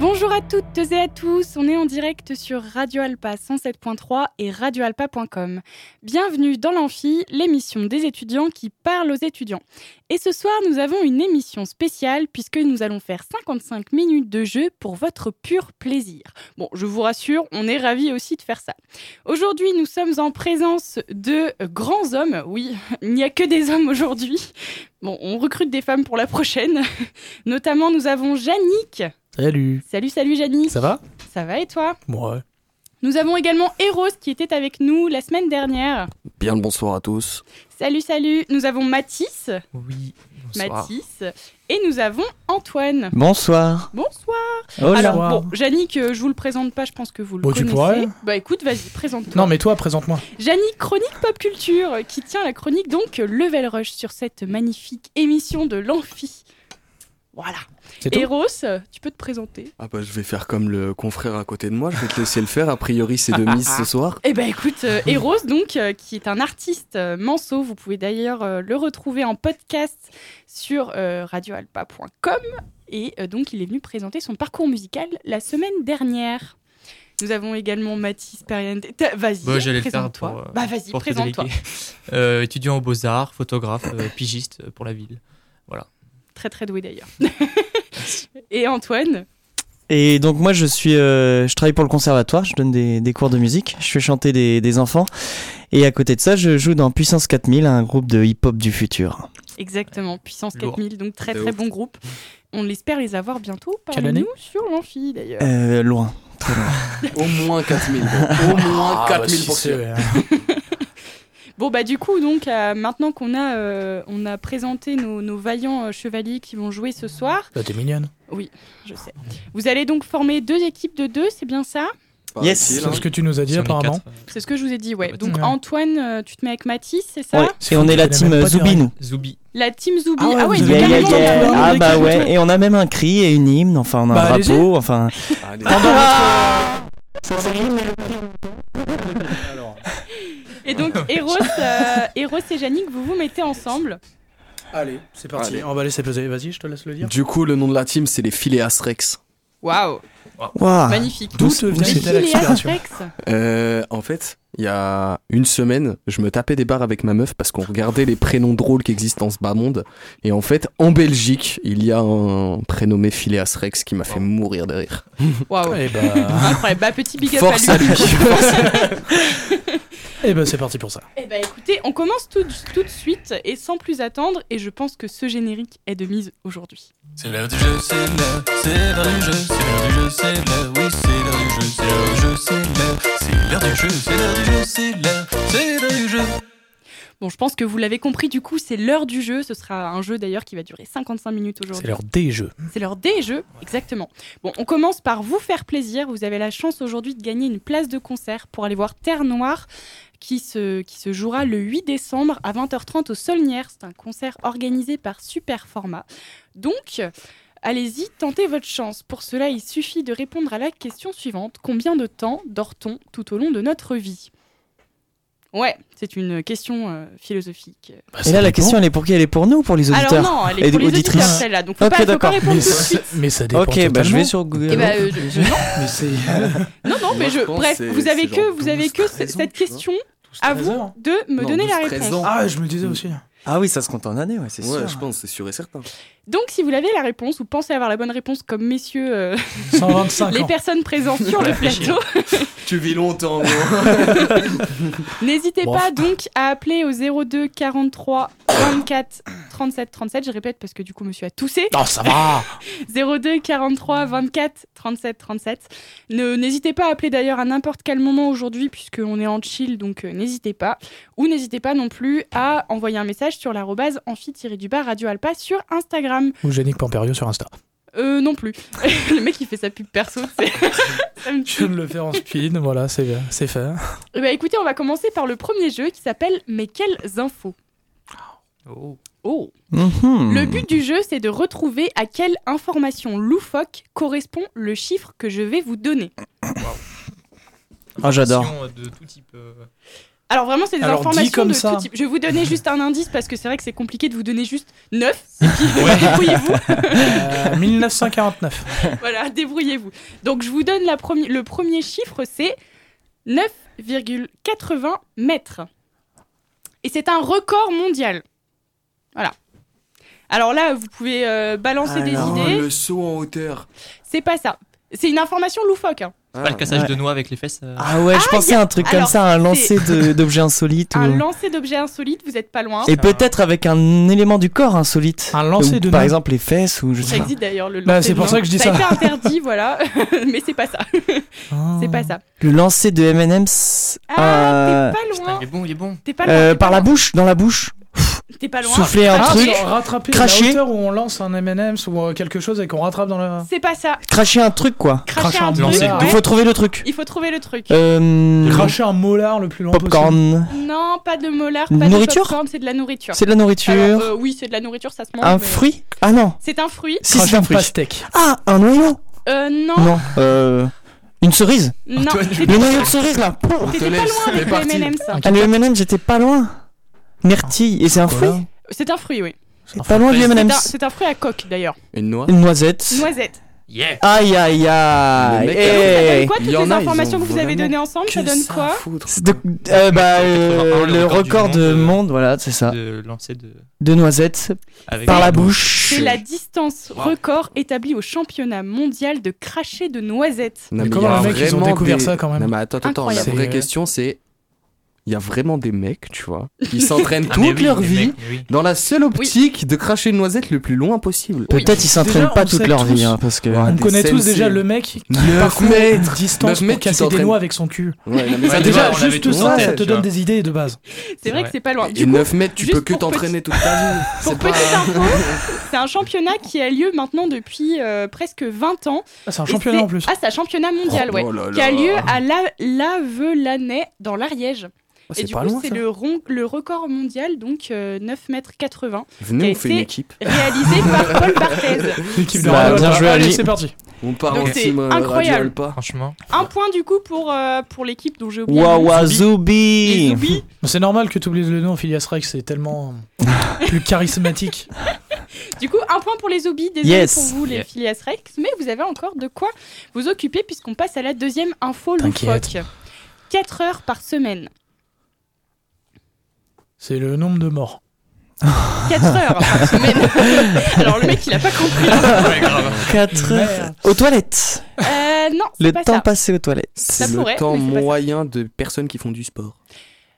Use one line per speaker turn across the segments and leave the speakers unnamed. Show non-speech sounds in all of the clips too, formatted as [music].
Bonjour à toutes et à tous, on est en direct sur Radio Alpa 107.3 et radioalpa.com. Bienvenue dans l'Amphi, l'émission des étudiants qui parle aux étudiants. Et ce soir, nous avons une émission spéciale puisque nous allons faire 55 minutes de jeu pour votre pur plaisir. Bon, je vous rassure, on est ravis aussi de faire ça. Aujourd'hui, nous sommes en présence de grands hommes. Oui, il n'y a que des hommes aujourd'hui. Bon, on recrute des femmes pour la prochaine. [laughs] Notamment, nous avons Yannick.
Salut.
Salut, salut Janie.
Ça va
Ça va et toi
Ouais.
Nous avons également Eros qui était avec nous la semaine dernière.
Bien le bonsoir à tous.
Salut, salut. Nous avons Mathis.
Oui.
Bonsoir.
Mathis. Et nous avons Antoine.
Bonsoir.
Bonsoir.
Hola.
Alors, bon, Yannick, euh, je vous le présente pas, je pense que vous le
Bon, tu
connaissez.
pourrais.
Bah écoute, vas-y, présente-toi.
Non, mais toi, présente-moi.
Yannick, chronique pop culture, euh, qui tient la chronique donc euh, Level Rush sur cette magnifique émission de l'Amphi. Voilà.
C'est tout.
Eros, euh, tu peux te présenter
Ah bah je vais faire comme le confrère à côté de moi, je vais te laisser le faire. A
[laughs]
priori c'est de mise ce soir.
Eh ben écoute, euh, Eros donc, euh, qui est un artiste euh, manceau, vous pouvez d'ailleurs euh, le retrouver en podcast sur euh, radioalpa.com et euh, donc il est venu présenter son parcours musical la semaine dernière. Nous avons également Mathis Periente. T'as- Vas-y,
Bon, j'allais le faire
présente-toi.
pour, euh,
bah vas-y,
pour te
présente-toi.
déléguer. [laughs] Euh, étudiant aux beaux-arts, photographe, euh, pigiste euh, pour la ville.
Très très doué d'ailleurs. [laughs] et Antoine,
Et donc moi je suis, euh, je travaille pour le conservatoire, je donne des, des cours de musique, je fais chanter des, des enfants. Et à côté de ça, je joue dans Puissance 4000, un groupe de hip-hop du futur.
exactement, Puissance
Lourd.
4000, donc très
De
très
ouf.
bon groupe. On espère les avoir bientôt
Quelle
parmi nous sur l'amphi d'ailleurs.
Euh, loin.
Au moins 4000.
Ah,
Au
bah,
moins 4000 pour sûr.
Ah,
Bon bah du coup donc euh, maintenant qu'on a euh, on a présenté nos, nos vaillants euh, chevaliers qui vont jouer ce soir,
Bah, T'es mignonne.
je sais. Vous allez donc former deux équipes de deux, c'est bien ça
Yes.
Paraît-il,
C'est
hein.
ce que tu nous as dit
Si on est
apparemment.
quatre, euh,
C'est ce que je vous ai dit, ouais.
Ouais.
Donc
Ouais.
Antoine, euh, tu te mets avec Mathis, c'est ça
Ouais.
C'est
Et on
fou,
est la
elle a
team
même pas de
Zoubinou.
Zoubi.
La team Zoubi.
Ah ouais,
Ah ouais,
vous
c'est
avez
Yeah, yeah,
carrément
yeah.
la-
dans le
Ah
même
bah
équipe,
ouais. Et on a même un cri et une hymne. Enfin on a
Bah,
un
allez-y. Ah.
drapeau. Enfin.
Allez.
Et donc Eros, euh, Eros et Yannick, vous vous mettez ensemble.
Allez, c'est
parti.
On va laisser peser. Vas-y, je te laisse le dire.
Du coup le nom de la team c'est les Phileas Rex.
Waouh,
Waouh.
magnifique.
D'où te
Les
vient
filets
telle accélération
Astrex.
Euh, en fait, il y a une semaine, je me tapais des barres avec ma meuf parce qu'on regardait les prénoms drôles qui existent dans ce bas monde. Et en fait, en Belgique, il y a un prénommé Phileas Rex qui m'a
Oh.
fait mourir de rire.
Waouh.
Eh [laughs] bah,
Incroyable, bah petit big up
Force
à
à
lui.
lui.
[laughs]
eh bah, c'est parti pour ça.
Eh ben écoutez, on commence tout, tout de suite et sans plus attendre, et je pense que ce générique est de mise aujourd'hui.
C'est l'heure du jeu, c'est l'heure, c'est l'heure du jeu, c'est l'heure du jeu, c'est l'heure, oui, c'est l'heure du jeu, c'est l'heure du jeu, c'est l'heure, c'est l'heure du jeu, c'est l'heure du jeu, c'est l'heure, c'est l'heure du jeu.
Bon, je pense que vous l'avez compris, du coup, c'est l'heure du jeu. Ce sera un jeu d'ailleurs qui va durer 55 minutes
C'est
aujourd'hui.
l'heure des jeux.
C'est l'heure des jeux, exactement. Bon, on commence par vous faire plaisir. Vous avez la chance aujourd'hui de gagner une place de concert pour aller voir Terre Noire qui se, qui se jouera le 8 décembre à 20h30 au Solnière. C'est un concert organisé par Super Format. Donc, allez-y, tentez votre chance. Pour cela, il suffit de répondre à la question suivante. Combien de temps dort-on tout au long de notre vie Ouais, c'est une question euh, philosophique.
Bah,
Et
ça
là la
dépend.
question elle est pour qui Elle est pour nous ou pour les auditeurs
Alors non, elle est
Et
pour les
auditrices.
auditeurs celle-là, donc faut
Ok,
pas, faut pas
d'accord.
répondre
[laughs]
[laughs]
Mais
tout de
ça,
suite.
mais ça dépend.
Ok bah je
totalement.
vais sur Google.
Eh ben, euh, je- je-
[laughs]
non,
Mais c'est
[laughs] non, non, mais
Moi,
je,
je pense
bref,
c'est-
vous avez
c'est
que,
genre
vous avez que
12,
ce-
13 ans,
cette
tu vois.
question à vous de me
Non,
donner la
12, 13
réponse.
ans.
Ah, je me disais aussi.
Ah oui ça se compte en années ouais c'est
Ouais,
sûr.
je pense, c'est sûr et certain.
Donc, si vous l'avez la réponse ou pensez avoir la bonne réponse, comme messieurs
[laughs]
euh,
125
les
ans.
personnes présentes sur le plateau,
Tu vis longtemps, gros.
n'hésitez
Bon.
pas donc à appeler au 02 43 24 37 37. Je répète parce que du coup, monsieur a toussé.
Non, Ah, ça va.
02 43 24 37 37. Ne- N'hésitez pas à appeler d'ailleurs à n'importe quel moment aujourd'hui puisqu'on est en chill, donc euh, n'hésitez pas. Ou n'hésitez pas non plus à envoyer un message sur l'arrobase amphi-du-bas Radio Alpa sur Instagram.
Ou Yannick Pamperio sur Insta.
Euh, non plus. [laughs] le mec, il fait sa pub perso, tu sais. Ça me
Je
tue.
viens de le faire en speed. Voilà, c'est c'est [laughs] fait.
Eh ben, écoutez, on va commencer par le premier jeu qui s'appelle Mais quelles infos
Oh.
Oh
Mhm.
Le but du jeu, c'est de retrouver à quelle information loufoque correspond le chiffre que je vais vous donner.
Ah, j'adore.
Action, euh, De tout type. euh,
Alors vraiment, c'est des
Alors,
informations
dis comme
de
ça.
tout type. Je vais vous donner juste un indice parce que c'est vrai que c'est compliqué de vous donner juste 9. Et puis, débrouillez-vous.
Euh, 1949.
voilà, débrouillez-vous. Donc je vous donne la premi- le premier chiffre, c'est 9,80 mètres. Et c'est un record mondial. Voilà. Alors là, vous pouvez euh, balancer des
Ah.
idées.
saut en hauteur. Ah.
C'est pas ça. C'est une information loufoque. hein.
Pas le cassage
Ah, Ouais.
de noix avec les fesses. euh.
Ah ouais, je pensais à un truc comme
alors,
ça, un lancer de- d'objets insolites.
[laughs] Un
ou-
lancer d'objets insolites, vous êtes pas loin.
Et peut-être avec un élément du corps insolite.
Un lancer
Ou
de
Par
nain.
exemple, les fesses ou je
Ça
sais pas.
existe d'ailleurs le lancer.
Bah, c'est
de
pour
main.
ça que je dis
Ça a été interdit, voilà. [laughs] Mais c'est pas ça. C'est
Oh.
pas ça.
Le lancer de M&M's
Ah,
euh,
t'es pas
Putain,
loin.
il est bon, il est bon.
T'es pas loin.
euh,
t'es
par
pas
la
loin.
bouche, dans la bouche.
T'es pas loin.
Souffler un
Ah,
truc,
genre,
rattraper
cracher.
la hauteur où on lance un M&M's ou euh, quelque chose et qu'on rattrape dans la...
C'est pas ça.
cracher un truc quoi.
Cracher
Cracher
un
un
truc.
lancer.
ouais.
Il faut trouver le truc.
Il faut trouver le truc.
Euh,
Cracher un molar le plus loin possible.
popcorn.
Non, pas de molar, pas
Une nourriture
de popcorn, c'est de la nourriture.
C'est de la
Alors,
nourriture.
euh, oui, c'est de la nourriture, ça se mange.
Un
mais-
fruit Ah non.
C'est un fruit.
Si c'est un
une
fruit.
pastèque.
Ah, un noyau.
Euh, non,
Non. Euh, une cerise.
non.
Antoine, je-
t'étais
Le noyau de cerise là. Pouh.
t'étais pas loin avec le M&M, ça.
Ah, le M&M, j'étais pas loin. Myrtille. Et c'est un fruit
C'est un fruit, oui.
C'est pas loin du
C'est un-
M&M's.
C'est un fruit à coque, d'ailleurs.
Une noix
Une noisette.
Noisette.
Yeah.
Aïe aïe aïe.
Le mec,
Ça donne
Eh.
quoi toutes
il y en
les
a, ils
informations
ont
que vous avez
vraiment
données ensemble Ça
Que
donne
ça
quoi
foutre.
C'est de- euh, bah, euh, le record
du
de
monde,
monde, voilà, c'est ça.
De lancer de.
De noisettes
Avec
par la
bouche.
bouche.
C'est la distance record établie au championnat mondial de cracher de noisettes.
Non, mais
comment
il y a
les mecs, ils ont
vraiment
découvert
des-
ça, quand même
Non, mais attends, attends, attends, la
Incroyable. euh,
vraie
C'est-
question c'est il y a vraiment des mecs, tu vois, qui s'entraînent
[laughs] Ah, mais
toute
oui,
leur
les
vie
mecs, mais oui.
dans la seule optique de cracher une noisette le plus loin possible.
Peut-être ils s'entraînent
Déjà,
pas
on
toute
sait
leur
tous.
vie, hein, parce que.
Ouais.
On
Des
connaît tous
sensei.
déjà le mec qui
Neuf
parcourt une
mètres.
distance
Neuf
pour
mètres, tu
casser des
t'entraînes.
noix avec son cul.
Ouais, non, mais
Ouais,
ça,
tu
déjà,
vois, on
juste-
l'avait
Juste
tous en
ça,
tête,
ça te
tu vois.
donne des idées de base.
C'est vrai
vrai.
que c'est pas loin.
Et
Du coup,
9 mètres, tu
juste
peux que
pour
t'entraîner toute ta vie.
[laughs] pour
C'est pas-
petite info,
[laughs]
c'est un championnat qui a lieu maintenant depuis euh, presque 20 ans.
Ah, c'est un
Et
championnat
c'est- [laughs]
en plus.
Ah, c'est un championnat mondial, ouais.
Oh là
qui a
là.
lieu à la Lavelanais, dans l'Ariège.
Oh,
Et
C'est
du
pas
coup,
loin.
c'est
ça.
le, ron- le record mondial, donc euh, 9 m 80, qui a
Venez, on fait une
été-
équipe.
réalisé
[laughs]
par Paul Barthez.
L'équipe de
Bah,
Roland.
bien joué,
Allez,
Ali.
c'est parti.
On part
Donc,
en
c'est
team euh,
incroyable.
Radio Alpa.
Franchement.
Un point du coup pour, euh, pour l'équipe dont j'ai oublié. le nom. Les
Wawazubi
Zoubis.
C'est normal que tu oublies le nom, Phileas Rex, c'est
[laughs]
tellement plus charismatique.
Du coup, un point pour les Zobis, désolé
Yes.
pour vous les
Yeah.
Phileas Rex, mais vous avez encore de quoi vous occuper puisqu'on passe à la deuxième info
T'inquiète.
loufoque. 4 heures par semaine.
C'est le nombre de morts.
4 heures par semaine. [laughs] Alors le mec, il a pas compris.
[laughs] Ouais, grave.
4 heures.
Merde.
Aux toilettes
Euh, non,
Le
c'est pas
temps
ça.
passé aux toilettes.
C'est le
pourrait,
temps
mais c'est pas ça.
moyen de personnes qui font du sport.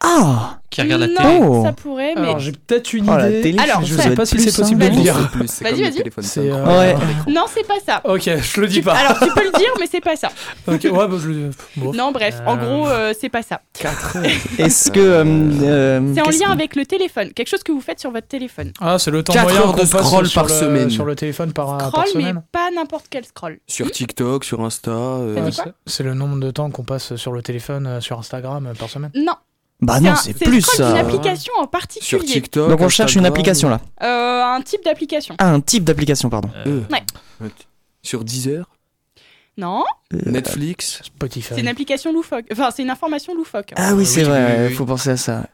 Ah
Qui regarde la télé.
non,
Oh.
ça pourrait, mais
Alors j'ai peut-être une
Oh la
idée.
télé,
Alors,
je
ça-
sais pas si c'est possible de
Vas-y.
le dire.
C'est plus, c'est
Vas-y,
comme le
vas-y.
téléphone, ça
C'est,
me
euh,
croit.
Ouais.
non, c'est pas ça.
Ok,
[laughs]
je le dis pas.
Alors tu peux le dire, mais c'est pas ça.
Ok, ouais, bah, je le dis. Bon.
Non, bref, en
Euh.
gros, euh, c'est pas ça. [laughs]
Est-ce que. euh, euh,
C'est en
qu'est-ce-
lien avec le téléphone, quelque chose que vous faites sur votre téléphone.
Ah, c'est le temps
Quatre
moyen
heures
qu'on
de
passe
scroll
sur
par
le-
semaine.
sur le téléphone Ah, par, par
Scroll, mais
semaine.
pas n'importe quel scroll.
Sur TikTok, sur Insta. euh,
T'as
Ouais,
dit
c'est- C'est le nombre de temps qu'on passe sur le téléphone, euh, sur Instagram euh, par semaine.
Non.
Bah
un-
non, c'est plus
scroll d'une
ça.
application en
sur
particulier.
TikTok.
Donc on cherche une
Instagram,
application là.
Euh, un type d'application.
Ah, un type d'application, pardon.
euh,
Ouais.
Sur Deezer,
Non,
Euh,
Netflix.
Spotify.
c'est une application loufoque. Enfin, c'est une information loufoque.
Ah oui, c'est
Euh, oui,
vrai,
oui,
ouais,
oui.
faut penser à ça.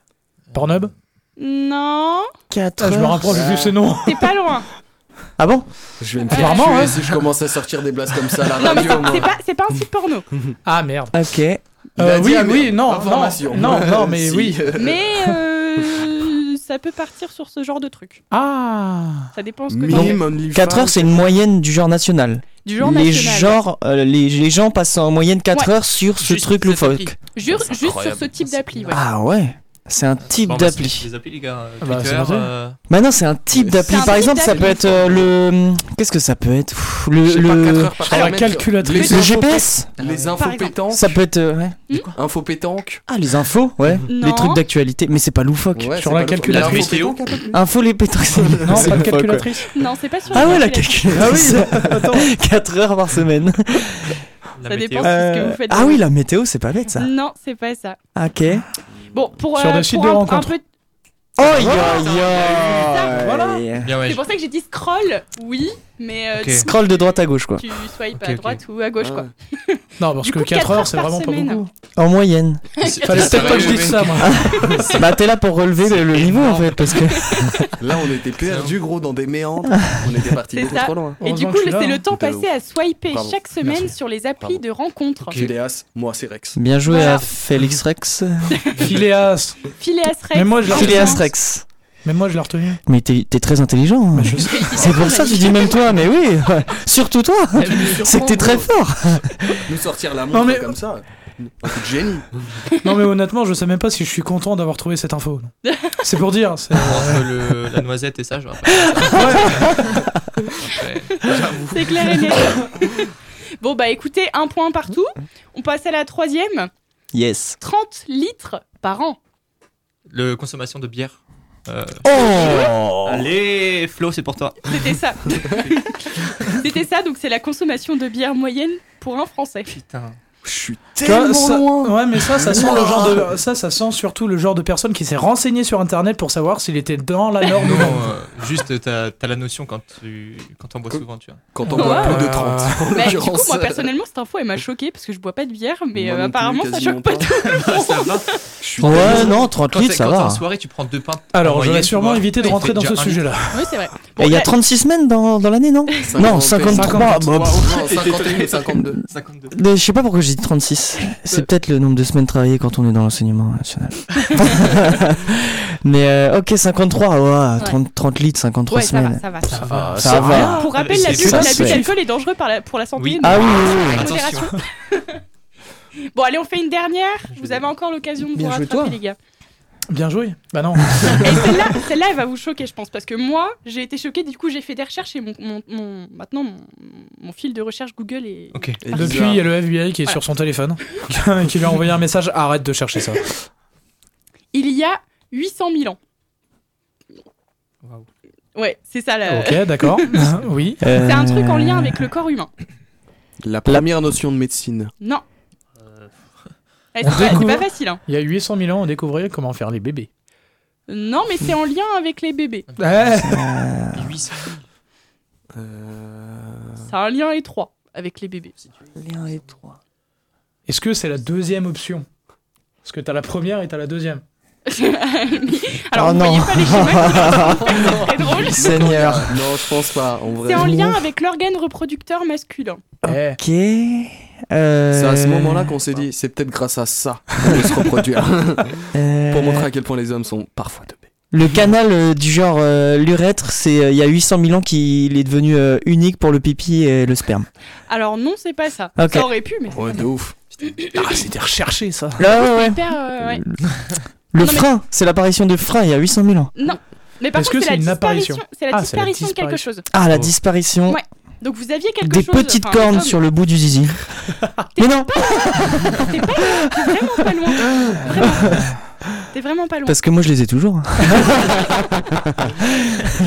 Pornhub
Non,
4
Ah, Je me rapproche de ces noms.
t'es pas loin.
Ah bon
Je vais me
faire
faire
Apparemment, tuer hein.
si je commence à sortir des blasts comme ça à la
Euh, [laughs] Non, mais
radio.
c'est pas, c'est pas un site porno.
Ah merde.
Ok.
Il
Euh,
a dit,
oui,
ah, merde,
oui, non,
information.
non, non,
[laughs]
non, mais
Si.
oui. [laughs]
Mais euh, ça peut partir sur ce genre de truc.
Ah.
Ça dépend ce que t'en fais.
Mime, OnlyFans.
4 heures, c'est une moyenne du genre national.
Du genre
les,
national.
genres, euh, les, les gens passent en moyenne 4 heures sur ce
Juste
truc
cette
loufoque.
appli.
Jure-
C'est
juste sur
incroyable.
ce type d'appli. Ouais.
Ah ouais C'est un type
Bon, bah, c'est
d'appli.
Les applis, les gars. euh,
Ah bah, c'est
Twitter.
parti.
euh,
Maintenant, c'est un type d'appli.
C'est un
Par
type
exemple, ça
d'appli.
peut être euh, le. Qu'est-ce que ça peut être Pff,
Je
Le,
sais pas, quatre
le,
heures par
Sur la
semaine.
calculatrice.
Les
le
infos-
GPS
Les
Par
infos
exemple.
pétanques.
Ça peut être. euh, ouais.
Infos pétanques.
Ah, les infos Ouais.
Non.
Les trucs d'actualité. Mais c'est pas loufoque.
Ouais,
Sur la
c'est pas le-
calculatrice.
L'info
Météo.
pétanque, un peu plus.
Info, les pétrins.
Non, pas de [laughs] calculatrice.
Non, c'est pas sur.
Ah
les
ouais, la
applications.
calculatrice. [laughs] 4 heures par semaine.
la
Ça
météo.
dépend. C'est ce que vous
Euh,
faites
ah
dans
oui,
le-
la météo, c'est pas bête ça. Ah,
Non, c'est pas ça.
Ok.
Bon, pour,
Sur
euh,
le site
pour
de
un, un
rencontre.
peu.
Oh
Voilà.
Bien, ouais,
C'est pour ça que j'ai dit scroll, oui, mais euh,
Ok.
tu-
Scroll de droite à gauche, quoi.
tu swipes
Ok,
à
ok.
droite ou à gauche, quoi.
Non, parce
Du
que
coup,
4
quatre
heures, c'est
par
vraiment pas
semaine. [laughs]
beaucoup.
En moyenne.
Fallait peut-être pas que je dise ça, moi.
bah, t'es là pour relever le, le niveau, en fait, parce que.
Là, on était perdu, gros, dans
[laughs]
des méandres. On était parti
C'est
beaucoup
ça.
trop loin.
Et du
Ah, Heureusement
coup,
que je
c'est
suis là, hein.
le temps
De
passé à swiper
Bravo.
chaque semaine
Merci.
sur les applis
Bravo.
de rencontres.
Ok.
Phileas, moi, c'est Rex.
Bien joué
Voilà.
à Félix Rex.
Phileas.
Phileas Rex.
Mais moi, je l'ai-
Phileas Rex.
Mais moi, je l'ai retenu.
Mais t'es t'es très intelligent.
Bah,
hein. [laughs] C'est pour ça que tu dis même toi, mais oui, [laughs] ouais. surtout toi.
Ah,
C'est que t'es très fort.
Nous sortir la
Non,
montre
mais-
comme ça. Un coup de génie.
Non, [laughs] mais honnêtement, je sais même pas si je suis content d'avoir trouvé cette info.
[laughs]
C'est pour dire. c'est-
entre le- la noisette et ça, je me rappelle. Après,
C'est clair et net. bon, bah écoutez, un point partout. On passe à la troisième.
Yes.
30 litres par an.
le consommation de bière. Euh,
Oh
Allez, Flo, c'est pour toi.
C'était
[laughs]
ça. C'était ça, donc c'est la consommation de bière moyenne pour un Français.
Putain.
Je suis
Tu vois,
tellement
ça-
loin.
Ouais, mais ça, ça sent le genre de, ça, ça sent surtout le genre de personne qui s'est renseigné sur Internet pour savoir s'il était dans la norme ou
Non,
non.
euh, juste, t'as t'as la notion quand tu quand on boit
Cool.
souvent, tu vois.
Quand on
Ouais.
boit plus de
Ouais.
30. en
Bah, du coup,
l'occurrence.
moi personnellement, cette info elle m'a choquée parce que je bois pas de bière, mais euh,
Moi non plus,
apparemment ça
quasiment
choque pas tout
Ah,
le monde.
Je suis
Ouais, non, 30
Quand
litres,
t'es
ça
quand t'es en
va.
soirée, tu prends deux pintes.
Alors, j'aurais
moyenne,
sûrement
tu vois.
évité de
Ouais, il
rentrer
fait
dans ce
déjà un
sujet-là.
Oui, c'est vrai. bah,
Et Eh, il y a
la-
36 semaines dans, dans l'année, non Non, 53.
53,
bah, pff,
non, 51, 52.
litre.
Je
52.
sais pas pourquoi j'ai dit 36. C'est peut-être le nombre de semaines travaillées quand on est dans l'enseignement
[laughs]
national. Mais euh, ok, 53. ouah, 30, 30 litres, 53
Ouais, ça
semaines.
va, ça va. ça va.
Ça,
ça
va.
Pour rappel,
c'est
l'abus
ça,
l'abus
c'est-
d'alcool est dangereux par la- pour la santé.
Oui.
donc, euh,
Ah oui, oui, oui.
modération. [laughs] Bon, allez, on fait une dernière. Vous avez encore l'occasion de vous
Bien joué,
rattraper,
toi.
les gars.
Bien joué. Bah non.
Et celle-là, celle-là, elle va vous choquer, je pense, parce que moi, j'ai été choquée. Du coup, j'ai fait des recherches et mon, mon- mon- maintenant, mon, mon fil de recherche Google est.
Ok.
Et
Depuis, il y a le FBI qui est sur son téléphone, [laughs] qui lui a envoyé un message arrête de chercher ça.
Il y a 800 000 ans.
Waouh.
Ouais, c'est ça. La...
Ok, d'accord. [laughs] oui.
Euh,
C'est un truc en lien avec le corps humain. euh,
La première notion de médecine.
Non.
Euh,
Eh,
On
c'est pas, c'est
découvre-
pas facile. hein.
Il y a 800 000 ans, on découvrait comment faire les bébés.
Non, mais c'est en lien avec les bébés.
Ouais.
800
euh,
C'est un lien étroit avec les bébés.
Lien étroit.
Est-ce que c'est la deuxième option Parce que t'as la première et t'as la deuxième.
[laughs] Alors,
Oh
vous
non.
voyez pas les schémas, c'est très drôle.
Seigneur.
Non, je pense pas, en vrai.
C'est en lien avec l'organe reproducteur masculin.
Eh,
Ok. euh,
C'est à ce moment-là qu'on s'est dit, c'est peut-être grâce
[laughs]
à ça qu'on peut se reproduire.
euh,
Pour montrer à quel point les hommes sont parfois de baies.
Le canal euh, du genre euh, l'urètre, c'est euh, il y a 800 000 ans qu'il est devenu euh, unique pour le pipi et le sperme.
Alors non, c'est pas ça.
Ok.
Ça aurait pu, mais
Ouais, de ouf.
ah, c'était recherché ça.
Là, ouais, ouais.
super. euh, ouais. Non,
Le
mais-
frein, c'est l'apparition de frein il y a 800 000 ans.
Non. Mais par
Est-ce
contre,
que
c'est la
c'est une
disparition.
apparition
C'est la
Ah, c'est la
disparition de quelque chose.
disparition.
Ah, la
Oh.
disparition
Ouais, Donc vous aviez quelque
des
chose.
petites
enfin,
cornes
les
sur le bout du
[laughs]
zizi. Mais non,
hommes, Pas loin. Vraiment. T'es vraiment pas loin.
parce que moi je les ai toujours.
Il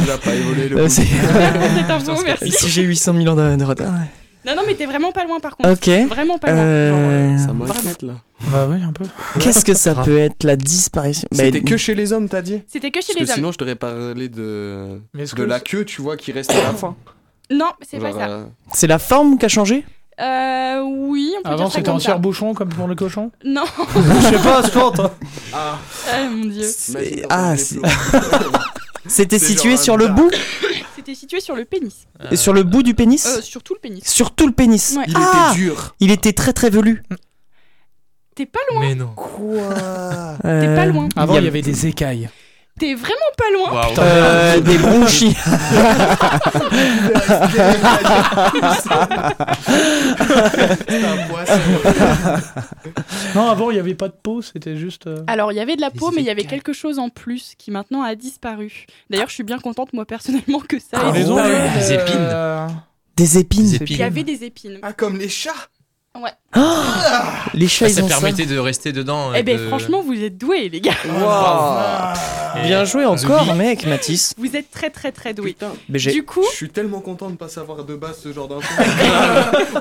a pas évolué le
Euh,
bout. [laughs]
c'est-
C'est un bon, merci.
si j'ai 800 000 ans de, de retard. ouais.
Non, non, mais t'es vraiment pas loin par contre.
Ok.
Vraiment pas loin.
Euh,
Ça m'inquiète là.
Bah oui, un peu.
Qu'est-ce que ça peut être la disparition Bah,
C'était que chez les hommes, t'as dit
C'était que chez
Parce que
les hommes.
sinon, je t'aurais parlé de.
Mais est-ce
De
que-
la queue, tu vois, qui reste à la fin.
Non, c'est pas
Genre,
ça.
euh,
C'est la forme qui a changé
Euh, oui, on peut
Avant
dire ça
c'était en
comme ça.
tire-bouchon comme pour le cochon
Non,
[laughs] Je hein. sais pas, c'est pas toi.
ah, mon dieu.
imagine
C'est-
quand
Ah,
on est
c'est-
flou.
[laughs] c'était
C'est
situé
genre un
sur le bout
C'était situé sur le pénis.
et sur le bout du pénis
Euh, sur tout le pénis.
Sur tout le pénis.
Ouais.
Il
Ah
était dur.
Il était très très velu.
T'es pas,
Euh, Mais non.
Quoi
Ah. t'es
Euh,
pas loin.
Avant il y avait des écailles.
T'es vraiment pas loin.
Waouh.
euh, des
[laughs]
bronchies. euh,
Non, avant il y avait pas de peau, c'était juste. euh,
Alors, il y avait de la
Les
peau, mais il y avait
écailles.
quelque chose en plus qui maintenant a disparu. D'ailleurs, je suis bien contente, moi, personnellement, que ça
Ah,
ait
les
disparu.
ongles,
euh,
les épines.
euh,
Des épines.
Des
Il y
épines.
avait des épines.
Ah, comme les chats
Les chats,
Ça
ils ont ça.
permettait de rester dedans.
eh
et
ben,
de-
franchement, vous êtes doués, les gars.
Oh,
Ah,
Waouh
et-
Bien
Ah,
joué encore, mec, Mathis.
Vous êtes très, très, très doués.
Putain,
Mais j'ai-
Du coup,
je suis tellement content de pas savoir de base ce genre
[laughs]
d'infos.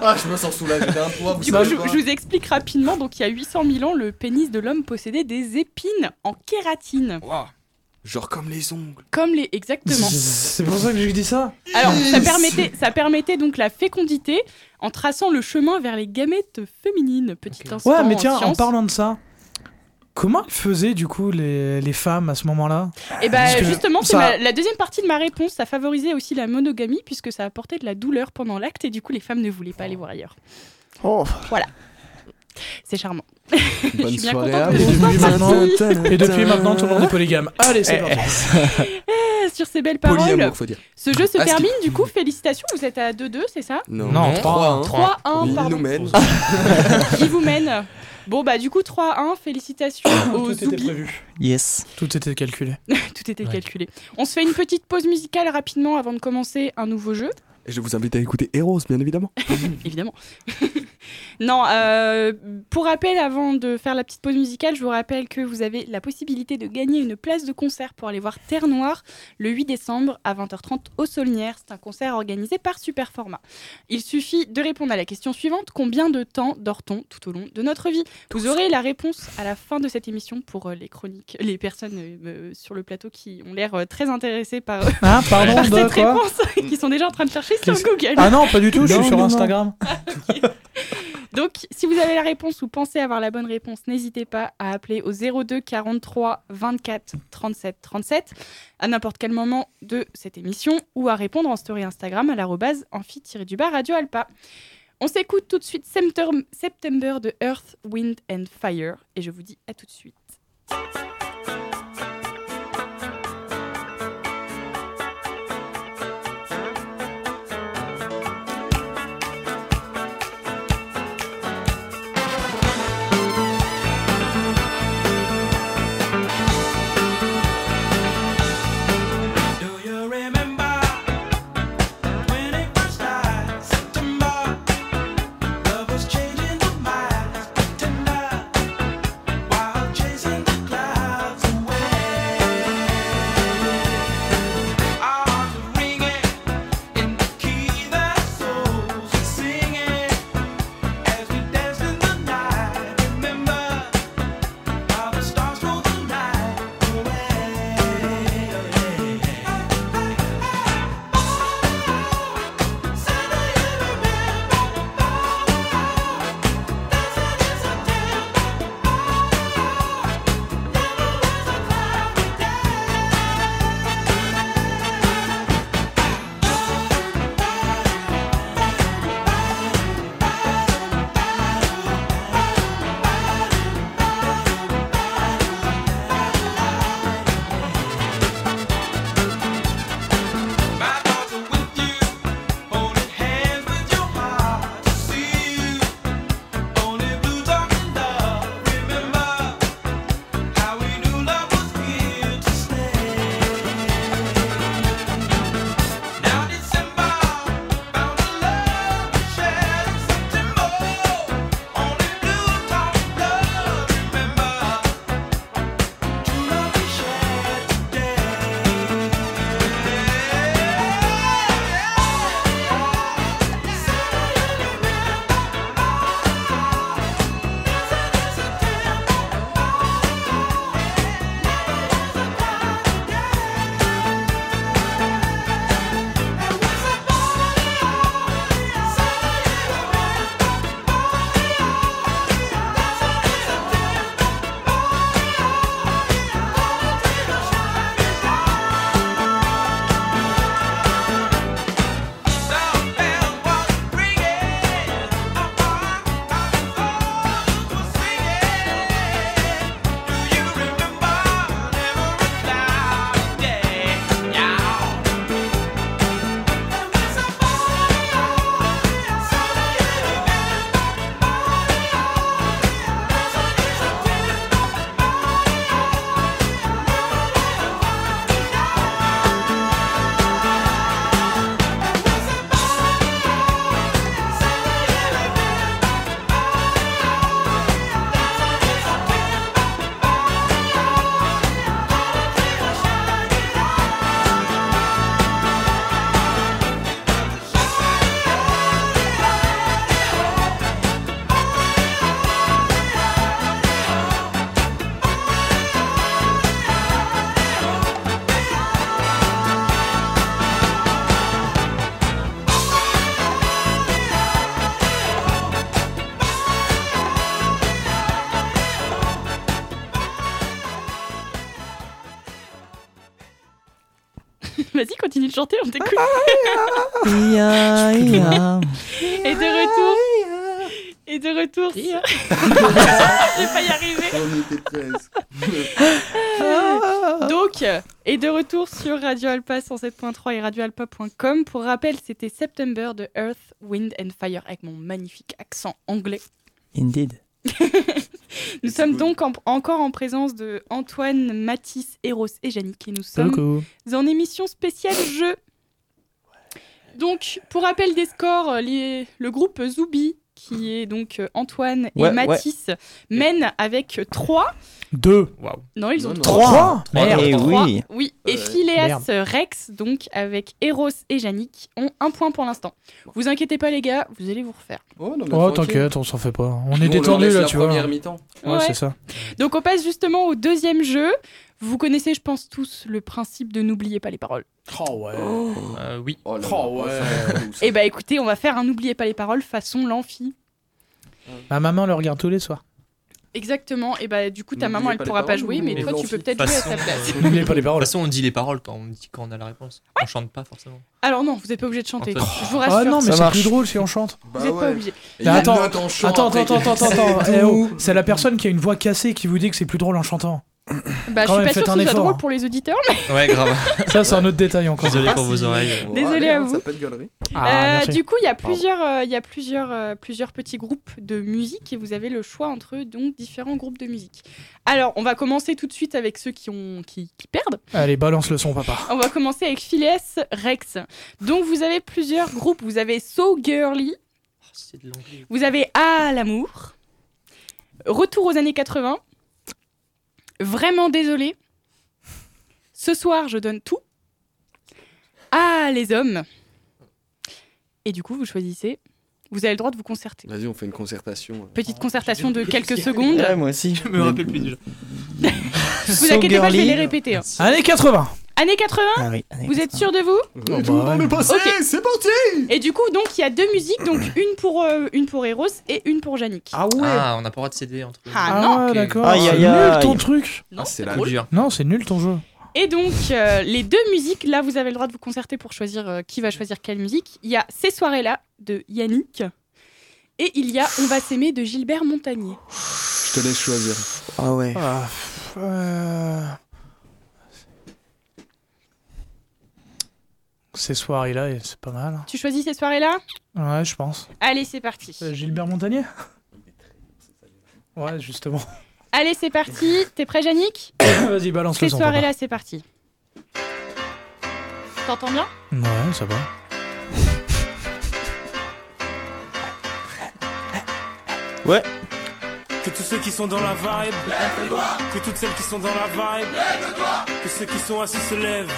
ah, je me sens soulagé d'un poids, vous
du coup,
savez
je,
pas.
bah,
je vous explique rapidement. Donc, il y a 800 000 ans, le pénis de l'homme possédait des épines en kératine.
Waouh.
Genre comme les ongles.
Comme les. Exactement.
C'est pour ça que j'ai dit ça.
Alors, ça permettait, ça permettait donc la fécondité en traçant le chemin vers les gamètes féminines. Petit
Ok.
instant.
Ouais, mais tiens,
en,
en parlant de ça, comment elles faisaient du coup les, les femmes à ce moment-là
Et
Parce que
Eh ben, justement, c'est
ça-
ma- la deuxième partie de ma réponse. Ça favorisait aussi la monogamie puisque ça apportait de la douleur pendant l'acte et du coup, les femmes ne voulaient pas aller voir ailleurs.
Oh.
C'est charmant. Je
Bonne
suis bien
soirée hein.
contente de
à vous.
vous
depuis
avoir
maintenant-
sorti.
Et depuis maintenant, tout le monde est polygame. Allez, c'est parti.
Ah, sur ces belles paroles.
Polyamour, faut dire.
Ce jeu se
Ah, ce qui-
termine du coup. Félicitations, vous êtes à 2-2, c'est ça
Non,
Non,
trois,
trois, hein.
hein.
3-1,
Il nous
pardon. [laughs]
mène.
Qui vous mène Bon, bah du coup, 3-1, félicitations
eh, Tout
aux
était
Zoubi.
prévu.
Yes.
Tout était calculé.
Tout était
Ouais.
calculé. On se fait une petite pause musicale rapidement avant de commencer un nouveau jeu,
Et je vous invite à écouter Eros, bien évidemment.
évidemment. [laughs] non, euh, pour rappel, avant de faire la petite pause musicale, je vous rappelle que vous avez la possibilité de gagner une place de concert pour aller voir Terre Noire le 8 décembre à 20h30 au Saulnières. C'est un concert organisé par Superformat. Il suffit de répondre à la question suivante combien de temps dort-on tout au long de notre vie Vous aurez la réponse à la fin de cette émission pour euh, les chroniques, les personnes euh, euh, sur le plateau qui ont l'air euh, très intéressées par,
Ah,
[laughs]
pardon,
par
de
cette
quoi
réponse [laughs] qui sont déjà en train de chercher sur
Qu'est-ce-
Google.
Ah non, pas du tout, je
Non,
suis sur
non, non.
Instagram.
Donc, si vous avez la réponse ou pensez avoir la bonne réponse, n'hésitez pas à appeler au 02 43 24 37 37 à n'importe quel moment de cette émission ou à répondre en story Instagram à l'arrobase amphi-du-bas Radio Alpa. On s'écoute tout de suite Septem- September de Earth, Wind and Fire et je vous dis à tout de suite. [laughs]
Do you remember when it first started? September, love was changing the minds, tender, while chasing the clouds.
Vas-y, continue de chanter, on t'écoute.
Ia, ia.
Et de retour. Et de retour sur. [laughs] Je vais pas y arriver. [laughs] Donc, euh, et de retour sur Radio Alpa 107.3 et radioalpa.com. Pour rappel, c'était September de Earth, Wind and Fire avec mon magnifique accent anglais.
Indeed.
Nous sommes donc en- encore en présence de Antoine, Mathis, Eros et Yannick et nous sommes
Oh,
en émission spéciale jeu. Donc, pour rappel des scores, euh, les- le groupe Zoubi, qui est donc euh, Antoine et
Ouais,
Mathis, mène avec 3.
Deux.
Non, ils ont
Non, Euh, non.
trois.
Trois
Merde. Eh
Trois.
oui.
Et Phileas Rex, donc avec Eros et Yannick, ont un point pour l'instant. Vous inquiétez pas, les gars, vous allez vous refaire.
Oh, non, mais
Oh,
tranquille.
t'inquiète, on s'en fait pas. On
Nous,
est
on
détendu
leur laisse
là,
la
tu vois.
première mi-temps.
Ouais, c'est ça.
Donc, on passe justement au deuxième jeu. Vous connaissez, je pense, tous le principe de n'oubliez pas les paroles.
Oh, ouais.
Euh, oui.
Oh, là,
Oh,
là,
ouais.
ça va être douce.
Eh bah écoutez, on va faire un N'oubliez pas les paroles façon l'amphi.
Ma maman le regarde tous les soirs.
Exactement. Et bah du coup, ta maman,
N'oubliez
elle
pas les
pourra pas
paroles,
jouer, mais
mais
toi, tu
l'amphi.
peux peut-être jouer à
Façon,
sa place.
euh,
N'oubliez pas les
De
paroles.
toute façon, on dit les paroles quand on dit quand on a la réponse. On chante pas forcément.
Alors non, vous n'êtes pas obligé de chanter.
Antoine.
Je vous rassure.
Ah non, mais
Ça
c'est
marche.
plus drôle si on chante.
Bah
vous n'êtes pas
ouais.
obligé.
Et il y a une
Attends,
note en chant
Attends,
après
attends,
qui-
attends, attends, attends.
C'est
Eh oh,
doux.
c'est la personne qui a une voix cassée qui vous dit que c'est plus drôle en chantant.
Bah, je
Quand
suis
même,
pas sûre
faites
que ce
un
soit
effort,
drôle
hein.
pour les auditeurs.
Ouais, grave.
Ça, c'est un autre détail encore.
Désolé
Ah,
pour vos oreilles.
Oh,
[laughs] Désolé
allez,
à
hein,
vous.
Ça peut être galerie.
Ah,
Euh,
merci.
du coup, il y a plusieurs, euh, il y a plusieurs, euh, plusieurs petits groupes de musique et vous avez le choix entre donc différents groupes de musique. Alors, on va commencer tout de suite avec ceux qui ont, qui- qui perdent.
Allez, balance le son, papa.
On va commencer avec Phileas Rex. Donc vous avez plusieurs groupes. Vous avez So Girly,
Oh, C'est de l'anglais.
vous avez À l'amour, Retour aux années 80, Vraiment désolé, Ce soir je donne tout, Ah les hommes. Et du coup vous choisissez. Vous avez le droit de vous concerter.
Vas-y, on fait une concertation.
Petite
Oh,
concertation de quelques secondes.
Euh,
Ouais, moi aussi.
Je me rappelle plus déjà.
[laughs] Vous inquiétez pas, je vais les répéter. hein.
Années 80
Années 80,
Ah oui, allez,
vous
ça
êtes
va.
sûr de vous
Et tout
bah
dans le passé,
Ok.
c'est parti
Et du coup, donc, il y a deux musiques, donc une pour, euh, une pour Eros et une pour Yannick.
Ah ouais
Ah, on n'a pas le droit de céder entre.
Ah,
Ah,
non,
ok.
d'accord.
Aïe,
C'est
aïe,
nul
aïe.
ton truc.
Non,
c'est
C'est
la
trop dur.
Non, c'est nul ton jeu.
Et donc, euh, les deux musiques, là, vous avez le droit de vous concerter pour choisir euh, qui va choisir quelle musique. Il y a Ces soirées-là de Yannick et il y a On va s'aimer de Gilbert Montagnier.
Je te laisse choisir.
Ah ouais.
Ah, pff, euh, Ces soirées-là, et c'est pas mal.
Tu choisis Ces soirées-là
Ouais, je pense.
Allez, c'est parti.
Euh, Gilbert Montagnier Ouais, justement. [coughs]
Allez, c'est parti. T'es prêt, Yannick
Vas-y, balance
Ces
le son. papa.
soirées-là, c'est parti. T'entends bien
Ouais, ça va.
Que tous ceux qui sont dans la vibe, que toutes celles qui sont dans la vibe, que ceux qui sont assis se lèvent.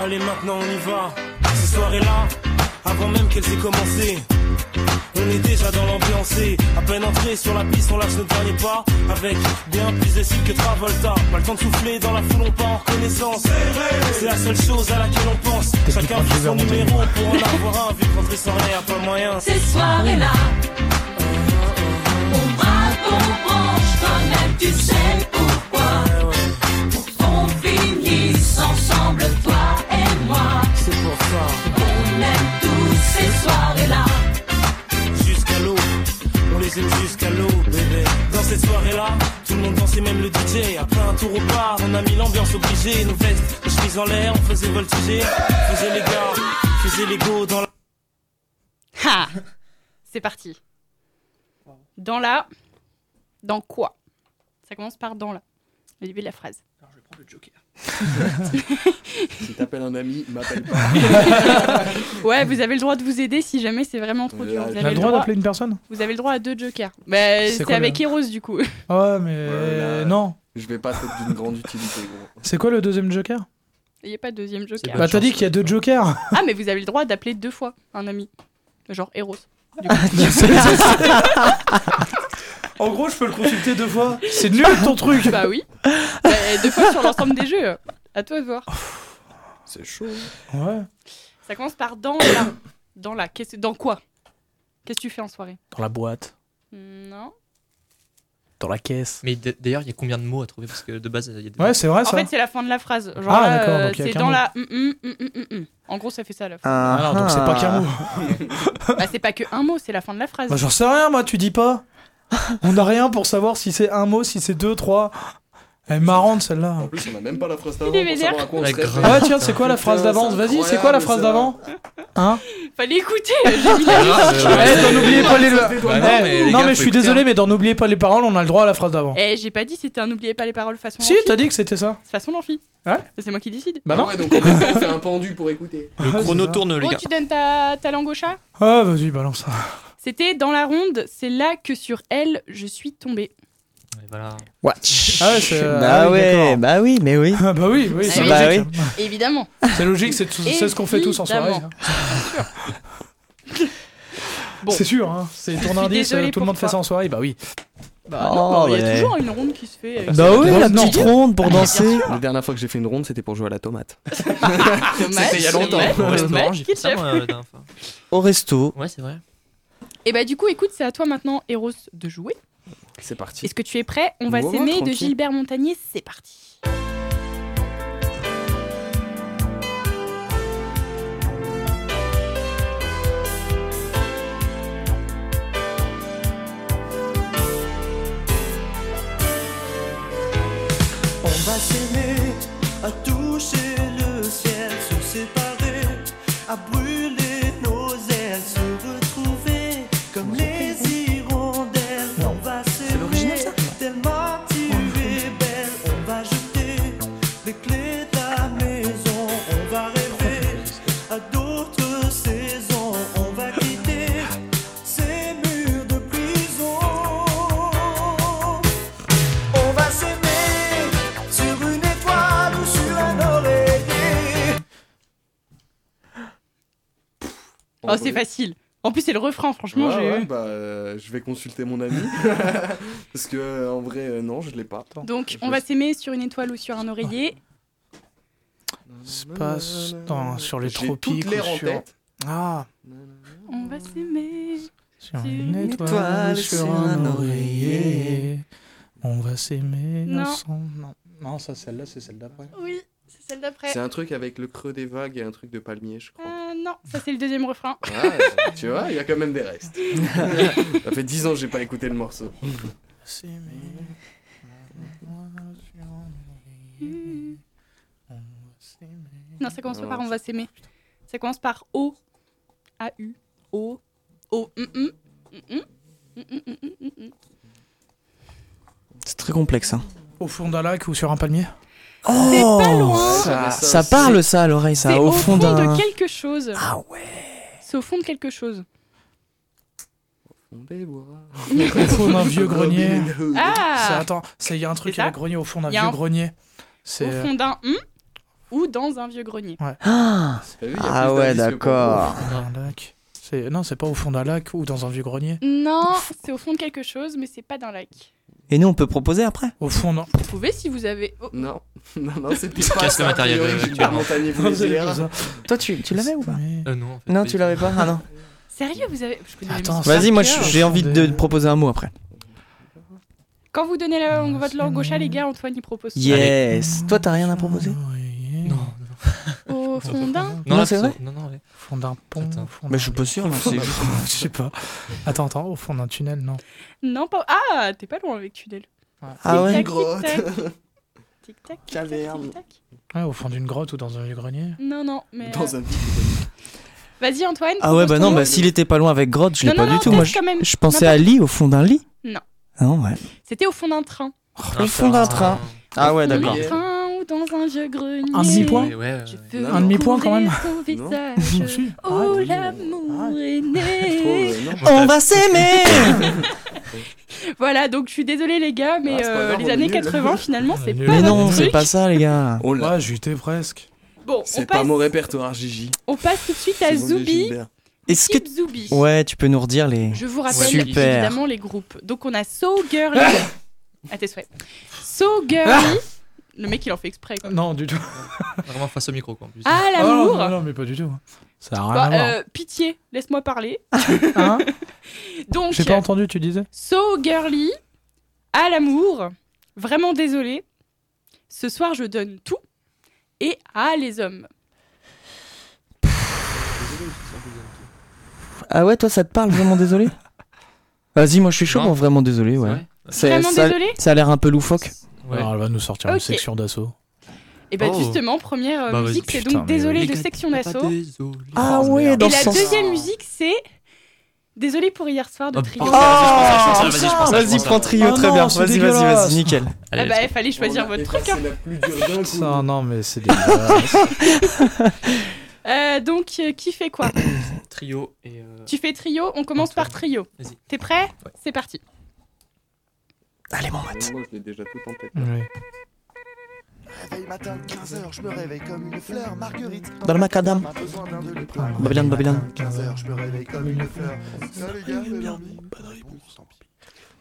Allez maintenant on y va. Ces soirées-là, avant même qu'elles aient commencé, on est déjà dans l'ambiancé. À peine entré sur la piste, on lâche nos derniers pas avec bien plus de cibles que Travolta. Pas le temps de souffler dans la foule, on part en reconnaissance. C'est la seule chose à laquelle on pense. Chacun
Techniquement,
fait son
je vais
numéro pour en avoir un. Vu qu'entrer sans rien, pas moyen.
Ces soirées-là, on braque, on branche, toi-même tu sais pourquoi.
Ouais, ouais,
Pour qu'on finisse ensemble, toi et moi.
c'est pour ça.
On aime tous ces soirées-là.
jusqu'à l'eau. On les aime jusqu'à l'eau, bébé. Dans cette soirée-là, tout le monde dansait, même le DJ. Après un tour au bar, on a mis l'ambiance obligée. Nos vestes, nos chemises en l'air, on faisait voltiger. On faisait les gars, on faisait les go
[laughs]
dans la.
Ha C'est parti. Dans la. Dans quoi Ça commence par dans la. Le début de la phrase.
Si t'appelles un ami, m'appelle pas.
[laughs] Ouais, vous avez le droit de vous aider si jamais c'est vraiment trop dur. Vous
On
On a
avez
le
le
droit
droit,
d'appeler une personne
vous avez le droit à deux jokers. Bah,
C'est
c'est
quoi
avec Eros du coup.
Ah Ouais, mais
Voilà.
non.
Je vais pas être d'une grande utilité, gros.
C'est quoi le deuxième joker
Il n'y a pas de deuxième joker.
Bonne
Bah, t'as dit
chance.
qu'il y a deux jokers.
Ah, mais vous avez le droit d'appeler deux fois un ami. Genre Eros.
[laughs]
en gros, je peux le consulter deux fois. [laughs] C'est nul ton truc. [laughs]
bah oui. Bah, deux fois sur l'ensemble des jeux. À toi de voir.
C'est chaud.
Ouais.
Ça commence par dans la. Dans la. Qu'est-ce- Dans quoi Qu'est-ce que tu fais en soirée
Dans la boîte.
Non.
dans la caisse.
Mais d- d'ailleurs, il y a combien de mots à trouver Parce que de base, il y a des.
Ouais, c'est vrai
En
Ah, ça.
fait, c'est la fin de la phrase. Genre,
Ah,
là,
d'accord,
euh,
donc il y a
c'est
qu'un
dans
mot.
la. hum, hum, hum, hum, hum, hum. En gros, ça fait ça la fin.
Ah,
Ah non, donc c'est pas qu'un mot.
Bah, c'est pas que un mot, c'est la fin de la phrase.
Bah, j'en sais rien, Ah. moi, tu dis [laughs] pas. On n'a rien pour savoir si c'est un mot, si c'est deux, trois. Elle est marrante celle-là.
En plus, on a même pas la phrase
d'avant est pour vénère. savoir
Ouais, grave.
Ah, tiens, c'est quoi la phrase d'avant Vas-y, c'est quoi la phrase d'avant Hein
Fallait écouter. [laughs] j'ai mis la-
Eh, d'en oublier pas les.
Ah
Bah non,
Eh,
mais les
non,
gars,
mais je
faut
suis
écouter,
hein.
désolé, mais dans N'oubliez pas les paroles, on a le droit à la phrase d'avant.
Eh, j'ai pas dit c'était un n'oubliez pas les paroles façon
Ah. Si,
l'amphi.
t'as dit que c'était ça
Façon l'amphi.
Ouais.
C'est moi qui décide.
Bah non.
Ah donc on fait un pendu pour écouter.
Le chrono tourne, les
Oh,
gars.
tu donnes ta, ta langue au chat
Ah, vas-y, balance ça. [laughs]
C'était dans la ronde, c'est là que sur elle, je suis tombée.
Ouais, Voilà.
What
Ah ouais, c'est-
Bah
ah oui,
ouais,
d'accord.
bah oui, mais oui.
Ah bah oui, oui, c'est
oui.
Bah
logique.
Évidemment.
C'est logique, c'est tout- c'est ce qu'on fait tous en soirée.
Évidemment. [laughs]
Bon. C'est sûr, hein. c'est
Je
ton
suis
indice,
désolée
euh, tout le monde
pour
fait
toi.
ça en soirée, bah oui.
Bah,
Oh,
non, bah, il y a
ouais.
toujours une ronde qui se fait. avec
Bah oui,
Bah
la
non.
petite ronde pour danser.
La dernière fois que j'ai fait une ronde, c'était pour jouer à la tomate.
ce match,
C'était il y a
ce
longtemps.
match,
Au
ce
restaurant,
match
j'ai
qui
fait ça,
te
moi, la dernière fois.
Au resto.
Ouais, c'est vrai.
Et bah du coup, écoute, c'est à toi maintenant, Eros, de jouer.
C'est parti.
Est-ce que tu es prêt On va
Ouais, ouais,
s'aimer de
tranquille.
Gilbert Montagnier, c'est parti.
On va s'aimer à toucher le ciel, se séparer, à brûler nos ailes, se retrouver comme les hirondelles. On va s'aimer tellement tu es belle. On va jeter les clés de la maison, on va rêver à d'autres saisons. On va quitter ces murs de prison. On va s'aimer sur une étoile ou sur un oreiller.
Oh, c'est facile. En plus, c'est le refrain, franchement. j'ai-
bah, euh, je vais consulter
[laughs]
mon ami. Parce que, euh, en vrai, euh, non, je l'ai pas.
Donc,
Je
on va s'aimer sur une étoile ou sur un oreiller.
C'est pas s- non, sur les
J'ai
tropiques
toutes les
ou
en
sur-
tête.
Ah,
On va s'aimer.
sur
Sur
une
une
étoile,
étoile,
sur
sur
un
un
oreiller. On va s'aimer
Non.
ensemble. Non. non, ça, celle-là, c'est celle d'après.
Oui, c'est celle d'après.
C'est un truc avec le creux des vagues et un truc de palmier, je crois.
Euh, non, ça c'est le deuxième refrain.
Ah, tu vois, il y a quand même des restes. ça fait 10 ans que j'ai pas écouté le morceau.
S'aimer.
Mm. Non, ça commence pas par on va s'aimer. Ça commence par O. A-U. O. O. hum, hum, hum, hum, hum, hum, hum, hum.
C'est très complexe. Hein.
Au fond d'un lac ou sur
[laughs]
un palmier
pas loin.
Oh, ça,
Ah.
Ça-
ça parle ça à l'oreille,
C'est
ça, au fond d'un.
de quelque chose.
Ah ouais.
C'est au fond de quelque chose.
Au fond d'un vieux grenier. Ça,
Ah
attends, c'est- il y a un truc
C'est ça
avec grenier au fond d'un
Il y a
vieux
un-
grenier. C'est
Au
euh,
fond d'un hum ou dans un vieux grenier.
Ah,
T'as vu, il y a
Ah
plus
ouais,
d'indices que pour
d'accord.
euh, un lac. C'est- Non, c'est pas au fond d'un lac ou dans un vieux grenier.
Non, c'est au fond de quelque chose, mais c'est pas d'un lac.
Et nous, on peut proposer après
Au fond d'un.
Vous pouvez si vous avez. Oh,
vous. Non, non, non, c'était pas.
Casse le
ça, a
matériel,
priori,
euh,
que Gilbert
Gérard.
Montagnier voulait
Ah, C'est
dire.
comme ça.
Toi, tu, tu l'avais ou pas
Mais-
Euh, non, en fait,
Non,
pas
tu
du
l'avais pas Ah non.
Sérieux, vous avez. Je connais la
Attends,
musique.
[laughs] Vas-y, moi, je- j'ai envie de
Des-
proposer un mot après.
Quand vous donnez la
Mmh,
langue, votre langue au chat, les gars, Antoine y propose.
Yes. Toi, t'as rien à proposer
tout. Non, non, non.
Au fond d'un.
Non,
là,
c'est vrai
Non, non, ouais.
Au fond d'un pont.
Attends.
au fond
Mais
d'un-
je suis pas sûr. là, c'est juste-
[laughs] Je sais pas. Attends, attends, au fond d'un tunnel, non.
Non, pas. Ah, t'es pas loin avec Tunnel.
Ah ouais.
Tic tac.
Caverne.
Tic tac.
Ouais, au fond d'une grotte ou dans un vieux grenier.
Non, non, mais.
Dans
euh,
un
Vas-y, Antoine.
Ah ouais, bah
propose
non,
ton
bah
nom.
s'il était pas loin avec grotte, je l'ai
Non,
pas
non,
du
non,
tout. Moi,
peut-être
je,
quand même.
je pensais à lit au fond d'un lit.
Non.
Ah Non, ouais.
C'était au fond d'un train.
Au fond d'un train. Ah ouais, d'accord.
Dans un train ou dans un vieux grenier.
Un demi-point
Ouais, ouais, ouais.
Je
Non,
veux
non. Un
demi-point, quand même.
recouvrir ton
Je
visage.
suis.
Oh,
Arrête.
l'amour
Arrête.
est
Ah,
né.
[laughs] Je trouve, euh, non.
On va [laughs] s'aimer
Voilà, donc je suis désolée, les gars, mais
Ah, c'est pas
euh,
grave, on
les
est
années
nuls.
80, finalement, c'est pas.
Mais non,
notre
c'est
truc.
pas ça, les gars.
Oh là,
Ouais, j'étais presque.
Bon, on
c'est pas
passe,
mon répertoire, Gigi.
on passe tout de suite à
C'est mon
Zoubi.
Gilbert.
Est-ce que.
Type Zoubi.
Ouais, tu peux nous redire les.
Je vous rappelle
Super.
évidemment les groupes. Donc on a So Girly.
Ah.
à tes souhaits. So Girly. le mec, il en fait exprès. Quoi.
Non, du tout.
Vraiment face au micro, quoi, en plus.
Ah,
Ah, non,
l'amour.
non, non, mais pas du tout. Ça a rien
Ah,
Bah,
à voir.
euh, pitié, laisse-moi parler.
Hein
[laughs] Donc,
J'ai pas entendu, tu disais
So Girly, à l'amour, vraiment désolée, ce soir je donne tout, et à les hommes.
Ah ouais, toi ça te parle vraiment désolé [laughs] Vas-y, moi je suis chaud
Non.
pour vraiment désolé, ouais.
vrai
C'est-
Vraiment
ça,
désolé
ça a l'air un peu loufoque.
Ouais.
Alors, elle va nous sortir une
Ok.
section d'assaut.
Et bah
Oh.
justement, première euh,
Bah, vas-y.
musique, c'est
Putain,
donc
mais
Désolé
oui.
de section d'assaut.
Ah
Oh,
ouais,
merde.
dans
Et
ce
la
sens.
deuxième musique, c'est Désolé pour hier soir de
Oh,
Trio.
putain.
Ah,
Vas-y, je pense à ça, je pense à ça, je
Vas-y,
pense à
prends
ça.
trio,
Oh
très
non,
bien.
c'est
Vas-y, vas-y,
dégueulasse.
vas-y, nickel.
Ah
Allez,
bah,
let's
il fallait choisir votre truc. hein.
Ça, non, mais
[laughs]
c'est dégueulasse.
Euh, donc, euh, qui fait quoi
go. trio et. euh,
Tu fais trio, on commence par trio.
Vas-y.
T'es prêt
Ouais.
C'est parti.
Allez, mon mat.
Moi, je l'ai déjà tout tenté.
Ouais.
Réveil matin, 15h, je me réveille comme une fleur, Marguerite.
Dans le macadam.
Pas besoin d'un Doliprane.
Babylone, Babylone.
15h, je me réveille comme une fleur. Ça, les gars, le lundi. Pas de réponse, tant pis.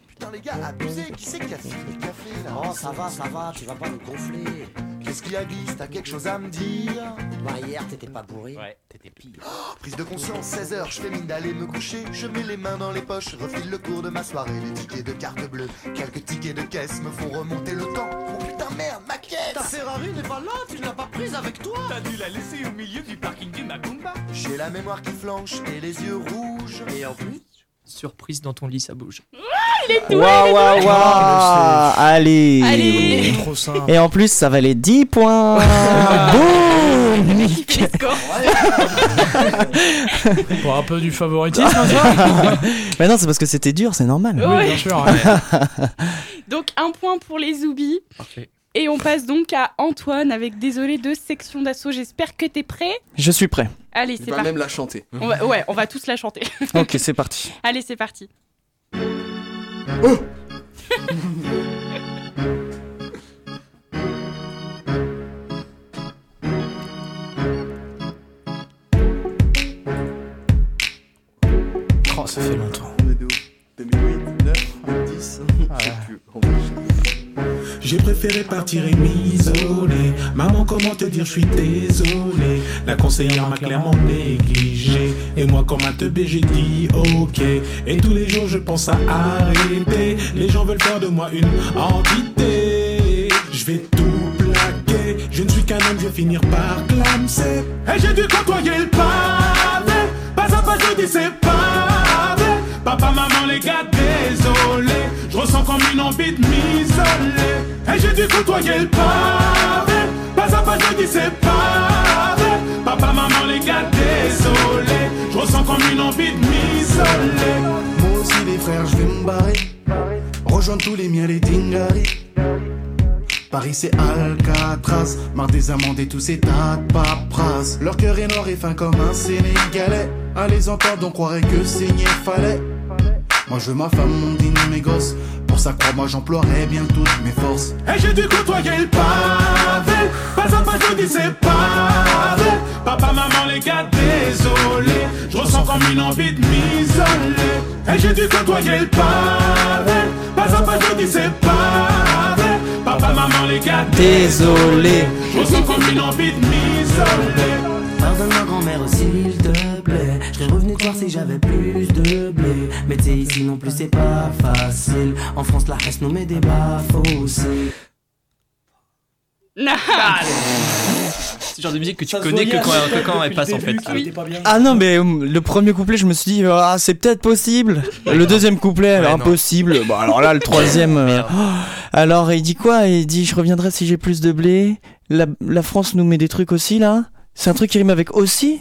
Putain, les gars, abusez, qui c'est qui a fini le café là
Oh, ça va, ça va, tu vas pas nous gonfler.
Qu'est-ce qu'il y a, Guise T'as quelque chose à me dire Oh,
Bah, hier, t'étais pas bourré. Ouais, t'étais pire.
Prise de conscience, 16h, je fais mine d'aller me coucher. Je mets les mains dans les poches, refile le cours de ma soirée. Les tickets de carte bleue, quelques tickets de caisse me font remonter le temps. Oh putain, merde, ma caisse Ta Ferrari n'est pas là, tu ne l'as pas prise avec toi T'as dû la laisser au milieu du parking du Macumba. J'ai la mémoire qui flanche et les yeux rouges. Et en plus,
Surprise dans ton lit, ça bouge.
Waouh, waouh, waouh. Allez.
Allez.
C'est Trop simple.
Et en plus, ça valait 10 [laughs] points. Boum
Qui fait les scores
Pour un peu
[laughs]
du favoritisme, hein, ça
Mais non, c'est parce que c'était dur, c'est normal.
Oui,
Ouais.
bien sûr. hein.
Donc, un point pour les zoubis.
Parfait.
Et on passe donc à Antoine avec Désolé de section d'assaut. J'espère que t'es prêt.
Je suis prêt.
Allez,
Je
c'est
vais
parti.
même la chanter.
On va- ouais, on va tous la chanter. [laughs]
Ok, c'est parti.
Allez, c'est parti.
Oh, ça fait longtemps.
2008, 9, 10, je sais plus. On va-
J'ai préféré partir et m'isoler. Maman, comment te dire, je suis désolé. La conseillère m'a clairement négligé. Et moi, comme un teubé, j'ai dit ok. Et tous les jours, je pense à arrêter. Les gens veulent faire de moi une entité. Je vais tout plaquer. Je ne suis qu'un homme, je vais finir par clamser. Et j'ai dû côtoyer le pavé. Pas à pas, je dis c'est pas vrai. Papa, maman, les gars, désolé. Je ressens comme une envie de m'isoler. Et j'ai dû côtoyer le pavé. Pas à pas, je dis c'est pas vrai. Papa, maman, les gars, désolé. Je ressens comme une envie de m'isoler.
Moi aussi les frères, je vais me barrer. Rejoindre tous les miens, les dingaris. Paris c'est Alcatraz, marre des amendes et tous ces tas de paperasses. Leur cœur est noir et fin comme un Sénégalais. À les entendre, on croirait que saigner fallait. Moi je veux ma femme, mon dîner, mes gosses. Pour ça, crois-moi, j'emploierai bien toutes mes forces.
Et j'ai dû côtoyer le pavé. Pas à pas, je dis c'est pas vrai. Papa, maman, les gars, désolé. Je ressens comme une envie de m'isoler. Et j'ai dû côtoyer le pavé. Pas à pas, je dis c'est pas vrai. Papa, maman, les gars,
Désolé.
Je ressens comme une envie de m'isoler.
Pardonne ma grand-mère, s'il te plaît. Je serais revenu te voir si j'avais plus de blé. Mais t'es ici non plus, c'est pas facile. En France, la reste nommée des bas fossiles.
C'est le genre de musique que tu connais que quand, euh, que
[laughs] hein,
quand elle passe en fait.
Ah non, mais hum, le premier couplet, je me suis dit, ah, c'est peut-être possible. Le deuxième couplet, alors,
non.
impossible. Bah, alors là, le troisième. euh,
Merde.
oh. [gasps] alors, il dit quoi Il dit, je reviendrai si j'ai plus de blé. La, la France nous met des trucs aussi, là. C'est un truc qui rime avec aussi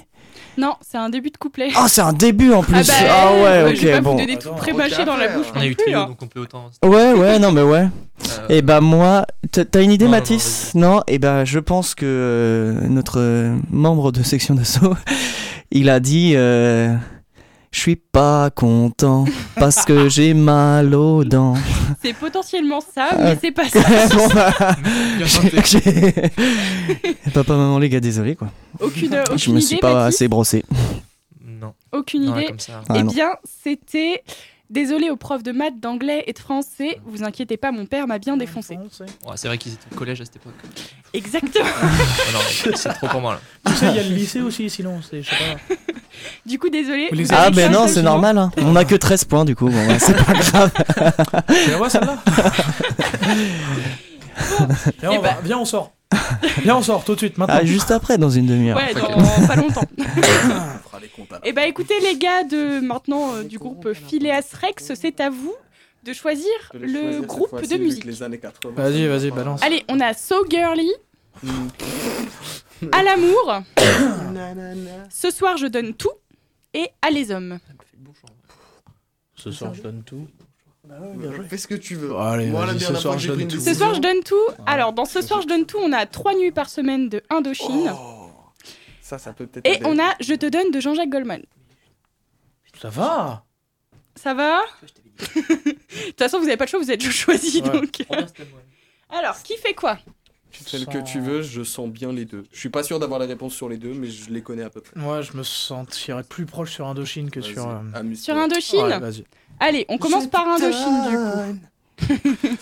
Non, c'est un début de couplet.
Ah, c'est un début en plus. Ah,
euh,
ouais,
je vais
ok,
pas
bon.
Vous donner tout
Attends,
prébâché dans la bouche.
On a
non
eu
plus,
trio
hein.
donc on peut autant.
Ouais, ouais, non, mais ouais.
euh,
Et bah, moi, t'as- t'as une idée,
Non, non,
Mathis Non, Et bah, je pense que euh, notre euh, membre de section d'assaut, [laughs] il a dit. euh, je suis pas content parce
[laughs]
que j'ai mal aux dents.
C'est potentiellement
Ah.
ça, mais c'est pas
[laughs]
ça.
Bon, bah,
bien chanté.
j'ai- j'ai- [laughs] Papa, maman, les gars, désolé quoi.
Aucune, Euh, aucune
Je me suis
idée,
pas
Mathis. Eh
assez brossé.
Non,
Aucune
non là,
idée.
comme ça.
Ah,
eh
non.
bien, c'était Désolé aux profs de maths, d'anglais et de français, vous inquiétez pas, mon père m'a bien défoncé.
Ouais, c'est vrai qu'ils étaient au collège à cette époque.
Exactement.
Ah non, mais c'est trop pour moi là.
Tu sais, il y a le lycée aussi, sinon, c'est. Je sais
[laughs]
pas.
[laughs] Du coup, désolé.
Ah ben non, c'est normal. hein. On a que 13 points du coup. Bon,
[laughs]
bah, c'est pas grave.
Tu la vois celle-là [laughs]
Eh
Viens, on va-
ben.
viens, on sort. Viens, on sort tout de suite, maintenant.
Ah, juste après, dans une demi-heure.
Ouais, dans pas [laughs] longtemps. Et bah écoutez les gars de maintenant euh, du groupe Phileas Rex, c'est à vous de choisir le groupe de musique.
Vas-y, vas-y, balance.
Allez, on a So Girly,
Hmm.
À
[coughs]
l'amour, Ce soir je donne tout et À les hommes.
Ce soir, je donne tout.
Fais ce que tu veux.
Allez,
Moi, la
vas-y, ce
dernière
soir,
fois que
je
j'ai
donne
pris
tout.
une
Ce soir je donne tout. Alors dans Ce soir je donne tout, on a trois nuits par semaine de Indochine
Oh. Ça, ça peut peut-être.
et on a Je te donne de Jean-Jacques Goldman.
Ça va
Ça va [laughs] De toute façon, vous n'avez pas le choix, vous êtes choisi
Ouais.
donc. Alors, qui fait quoi
Celle que tu veux, je sens bien les deux. Je suis pas sûr d'avoir la réponse sur les deux, mais je les connais à peu près.
Moi, je me sentirais plus proche sur Indochine que sur. euh,
Sur Indochine
Ouais, vas-y.
Allez, on commence par Indochine du coup. [laughs]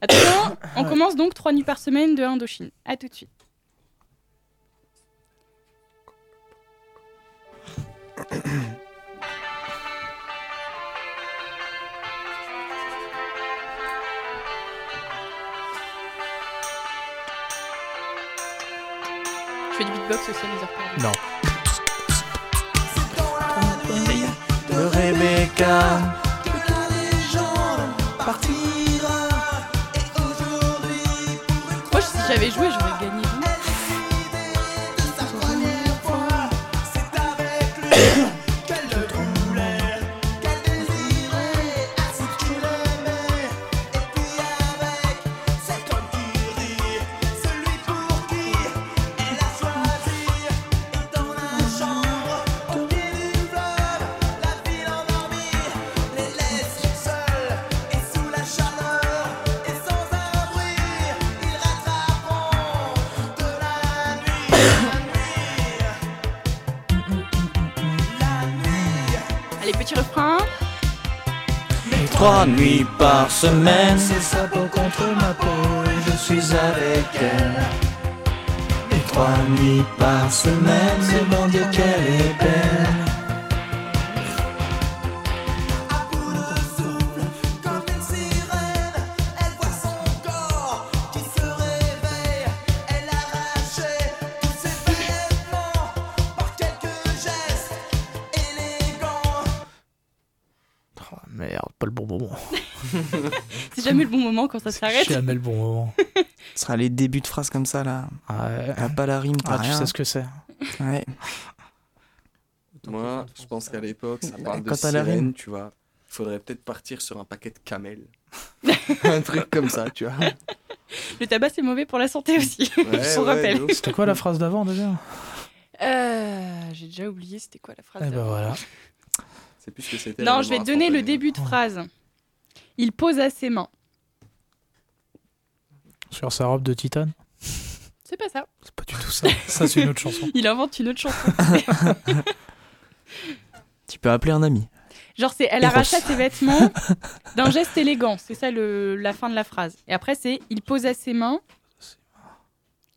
Attention, on commence donc trois nuits par semaine de Indochine. À tout de [coughs] suite. Je fais du beatbox aussi à mes heures perdues.
Non.
De Rebecca.
Moi, si j'avais joué, j'aurais gagné. Allez, petit refrain.
Trois nuits par semaine.
C'est sa peau contre ma peau et je suis avec elle. Et trois nuits par semaine, c'est bon Dieu qu'elle est belle.
Ah, Merde, pas le bon moment.
C'est jamais le bon moment quand ça s'arrête.
Jamais le
[laughs]
bon moment.
Ce sera les débuts de phrases comme ça là.
Ouais.
T'as pas la rime, t'as
Ah, tu
rien.
sais ce que c'est.
Ouais.
Moi, je pense qu'à l'époque, ça parle de
Quand t'as la
sirène,
rime.
tu vois. Faudrait peut-être partir sur un paquet de camel. un truc comme ça, tu vois.
Le tabac, c'est mauvais pour la santé aussi. [laughs]
Ouais,
On
ouais,
rappelle.
de ouf.
C'était quoi la phrase d'avant déjà
Euh, J'ai déjà oublié c'était quoi la phrase.
Eh ben
d'avant.
voilà.
Ah bah, C'est plus ce que c'était. la
Non, je vais
mémoire
te donner le
instantanée.
début de phrase. Il pose à ses mains.
Sur sa robe de titane
C'est pas ça.
C'est pas du tout ça. [laughs] ça, c'est une autre chanson.
Il invente une autre chanson.
Tu peux appeler un ami.
Genre, c'est elle
Eros.
arracha ses vêtements d'un geste élégant. C'est ça le, la fin de la phrase. Et après, c'est il pose à ses mains.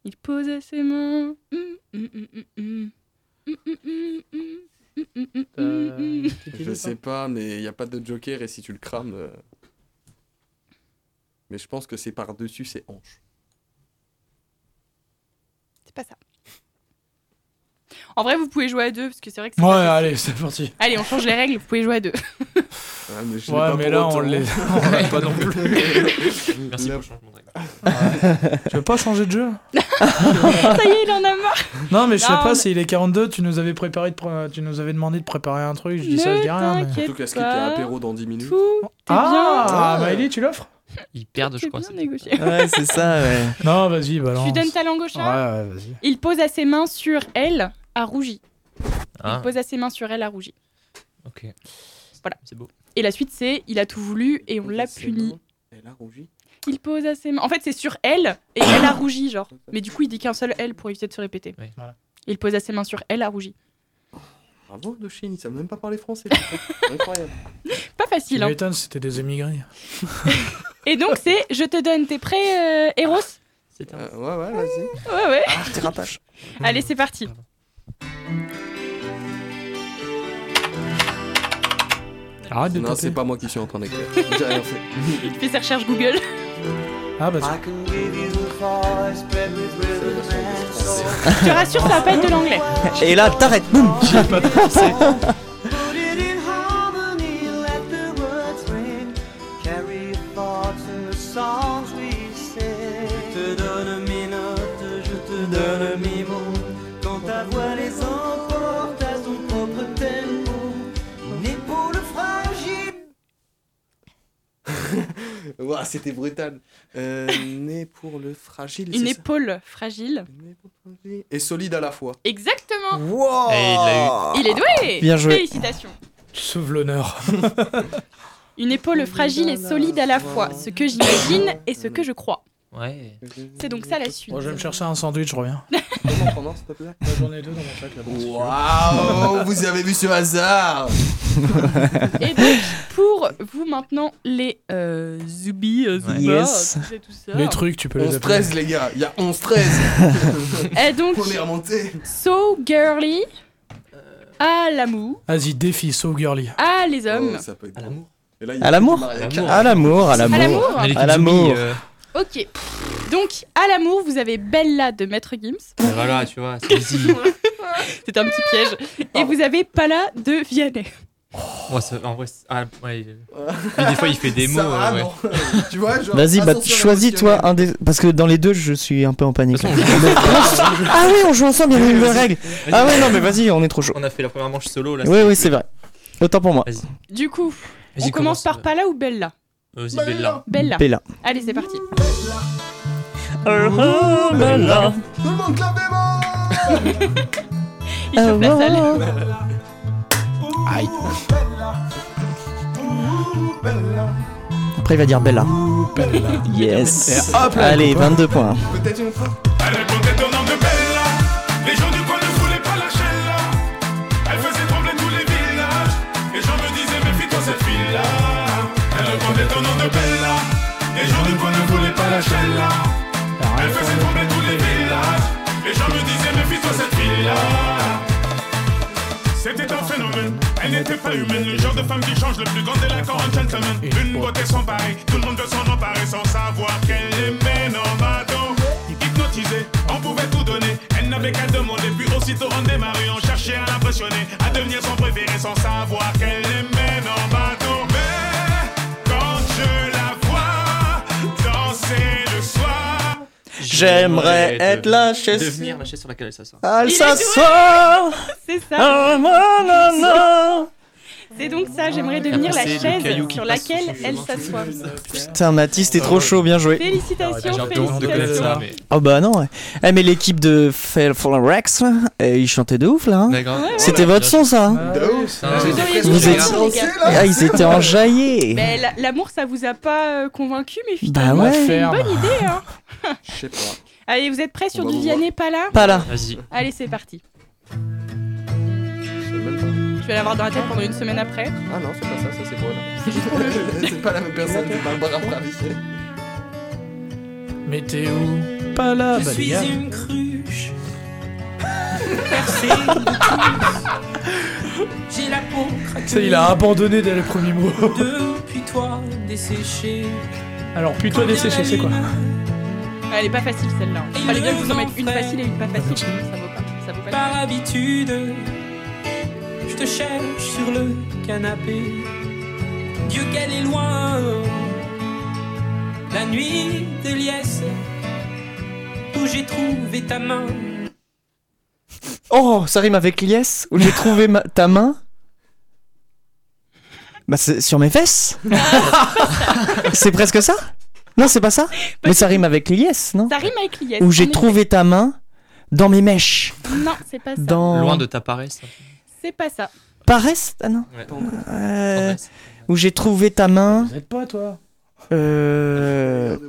Il pose à ses mains. Mm, mm, mm, mm, mm. Mm, mm, mm, mm, mm, mm, mm,
Euh,
mm, mm.
Je sais pas, mais il y a pas de joker et si tu le crames. euh, Mais je pense que c'est par-dessus ses hanches.
C'est pas ça. En vrai, vous pouvez jouer à deux parce que c'est vrai que c'est
Ouais,
pas
allez, c'est parti.
Allez, on change les règles, vous pouvez jouer à deux.
Ouais, mais, je l'ai
Ouais,
pas
mais
pour
là,
autant.
on
hein.
l'est. on l'a pas non
[laughs]
plus.
Merci pour le changement de règle.
Tu veux pas changer de jeu
Ça y est, il en [laughs] a marre.
Non, mais je sais
Non,
pas,
mais-
s'il est 42, tu nous avais préparé de pré- tu nous avais demandé de préparer un truc, je dis ça, je dis rien. mais-
Surtout qu'à ce qu'il y a apéro dans 10 minutes.
Tout est
Ah, Maëlie, tu l'offres
Ils perdent,
bien.
je
C'est
crois.
bien
c'est-
négocié.
Ouais, c'est ça, ouais.
Non, vas-y,
Je
balance.
lui donne ta langue au
Ouais,
chat.
ouais, vas-y.
Il pose à ses mains sur elle à rougi. Il
Ah,
pose à ses mains sur elle à rougi.
ok.
Voilà.
C'est beau.
Et la suite, c'est il a tout voulu et on l'a
C'est
puni.
bon. Elle a rougi.
Il pose à ses mains. En fait, c'est sur elle et elle a rougi, genre. Mais du coup, il dit qu'un seul elle pour éviter de se répéter.
Oui.
Voilà.
Il pose à ses mains sur elle à rougi.
Bravo, de Chine, ils savent même pas parler français. Incroyable.
Pas facile.
Tu
hein.
m'étonnes, c'était des émigrés.
Et donc c'est Je te donne, t'es prêt, euh, Eros
ouais, ouais, vas-y.
Ouais, ouais.
Ah,
Dérapage.
[laughs] Allez, c'est parti.
Arrête de
Non,
taper.
c'est pas moi qui suis en train d'écrire. J'ai rien fait.
Il fait ses recherches Google.
Ah bah
I can give you the voice, spread with rhythm and soul.
Je te rassure, ça va pas être de
[laughs]
l'anglais.
Et là, t'arrêtes. Boum.
Put it in harmony, let the words ring. Carry your thoughts in the songs we sing. Je te donne mes notes, je te donne mes mots. Quand ta voix les emporte à son propre tempo. Mon épaule fragile.
Ouah, c'était brutal. Euh, né pour le fragile.
Une
c'est ça
épaule fragile.
Né pour le fragile Et solide à la fois.
Exactement.
Oh.
Wow.
Et il
Ah.
l'a
Il est doué.
Bien joué.
Félicitations.
Tu sauves l'honneur.
Une épaule fragile et solide à la fois, ce que j'imagine et ce que je crois.
eu. Ouais.
C'est donc ça la suite.
Bon, je vais me chercher un sandwich, je reviens.
Comment on prononce, s'il te plaît
J'en ai deux dans mon sac là-bas.
Waouh Vous avez vu ce hasard
Et donc, pour vous maintenant, les euh, Zubi, euh, Zuba,
Yes.
tout ça, tout ça.
Les trucs, tu peux les
11-13, les gars. Il y a 11-13.
Et donc,
Pour les remonter.
so girly à l'amour,
Vas-y, défi, so girly.
à les hommes.
Oh, ça peut être
À
bon.
l'amour.
Et là, il y a
À l'amour
du Maria
À
Kart.
À l'amour, à
À
l'amour.
l'amour
Allez,
À l'amour.
Euh,
Ok. Donc, à l'amour, vous avez Bella de Maître Gims.
mais voilà, tu vois, c'est easy.
C'est un petit piège. Et vous avez Pala de Vianney.
Moi, ça- en vrai, c'est- ah, ouais, euh, mais des fois, il fait des mots.
Ça va,
euh, ouais.
non Tu vois, genre.
Vas-y, bah
ascenseur
choisis toi
émotionnel.
un des. Parce que dans les deux, je suis un peu en panique.
De
[laughs]
toute
ah oui, on joue ensemble, il y a une nouvelle règle. Ah ouais, non, mais vas-y, on est trop chaud.
On a fait la première manche solo là.
Oui, oui, c'est vrai. Autant pour moi.
Du coup,
Vas-y,
on commence par
euh,
Pala ou Bella
Vas-y, Bella.
Bella. Oh,
Bella.
Allez, c'est parti. oh,
Tout le monde clap des mains
[laughs] Il chauffe la salle.
Après, il va dire Bella. Yes.
Et hop là,
Allez, 22 points.
Peut-être une fois.
Elle répondait au nom de Bella. Les gens du coin ne voulaient pas lâcher là. Elle faisait trembler tous les villages. Les gens me disaient méfie-toi cette fille-là. Elle répondait au nom de Bella. Les gens du coin ne voulaient pas lâcher là. Elle faisait trembler tous les villages. Les gens me disaient méfie-toi cette fille-là. C'était un phénomène, elle n'était pas humaine, le genre de femme qui change le plus grand délinquant en gentleman. Une beauté sans pareil, tout le monde veut s'en emparer sans savoir qu'elle les mène en bateau. Hypnotisée, on pouvait tout donner, elle n'avait qu'à demander, puis aussitôt on démarrait, on cherchait à l'impressionner, à devenir son préféré sans savoir qu'elle les mène en bateau. Mais quand je la vois danser le soir,
J'aimerais être la chaise-
Devenir la chaise sur laquelle elle s'assoit.
Elle
Il est
s'assoit.
C'est ça.
Ah, non, non, non.
C'est donc ça. J'aimerais devenir la
Ah, c'est le
chaise
caillou qui
sur
passe hein. sous
laquelle
son
elle
chemin.
s'assoit.
Putain, Mathis, t'es trop chaud, bien joué.
Félicitations,
Ah, J'ai un peu honte de connaître ça,
félicitations.
mais.
Oh bah non. ouais. Eh, mais l'équipe de Fail for Rex, là, eh, ils chantaient de ouf là. hein. C'était votre son ça hein
Bah
De ouf.
Putain,
Ah.
Vous auriez dû
Vous
faire
êtes-
ça, les gars.
Ah, ils
[laughs]
étaient enjaillés.
Mais la- l'amour, ça vous a pas euh, convaincu, mais
Bah
finalement,
ouais.
Ferme.
bonne idée. Hein.
Je sais pas.
Allez, vous êtes prêts sur
On va
du
vous
Vianney, pas là
Pas là.
Vas-y.
Allez, c'est parti.
Je sais même pas.
Je vais l'avoir dans la tête pendant une semaine après.
Ah non, c'est pas ça, ça c'est pour elle. C'est pas la même personne, c'est Barbara Pravi.
Mais t'es où Pas là, bah les gars.
une cruche. J'ai la peau
Tu sais, il a abandonné dès le premier mot. [laughs]
depuis toi desséchée.
Alors, plutôt desséché, c'est quoi
Elle est pas facile celle-là.
Et
Enfin, les gars, je vous en
nous
mettre une
en fait.
facile et une pas facile. Ça vaut pas. Ça vaut pas.
Par habitude, je te cherche sur le canapé. Dieu qu'elle est loin, la nuit de liesse, où j'ai trouvé ta main.
Oh, ça rime avec liesse où j'ai trouvé ma- ta main. Bah c'est sur
[laughs]
mes fesses. c'est presque ça Non, c'est pas ça Mais ça rime avec liesse, non
Bah Ça rime avec l'IS.
Où
en
j'ai
effet.
trouvé ta main dans mes mèches.
Non, c'est pas ça.
Dans
Loin de ta paresse.
C'est pas ça.
paresse Ah non.
Ouais.
Euh,
Tendresse.
Où j'ai trouvé ta main
Vous êtes pas, toi
euh...
Où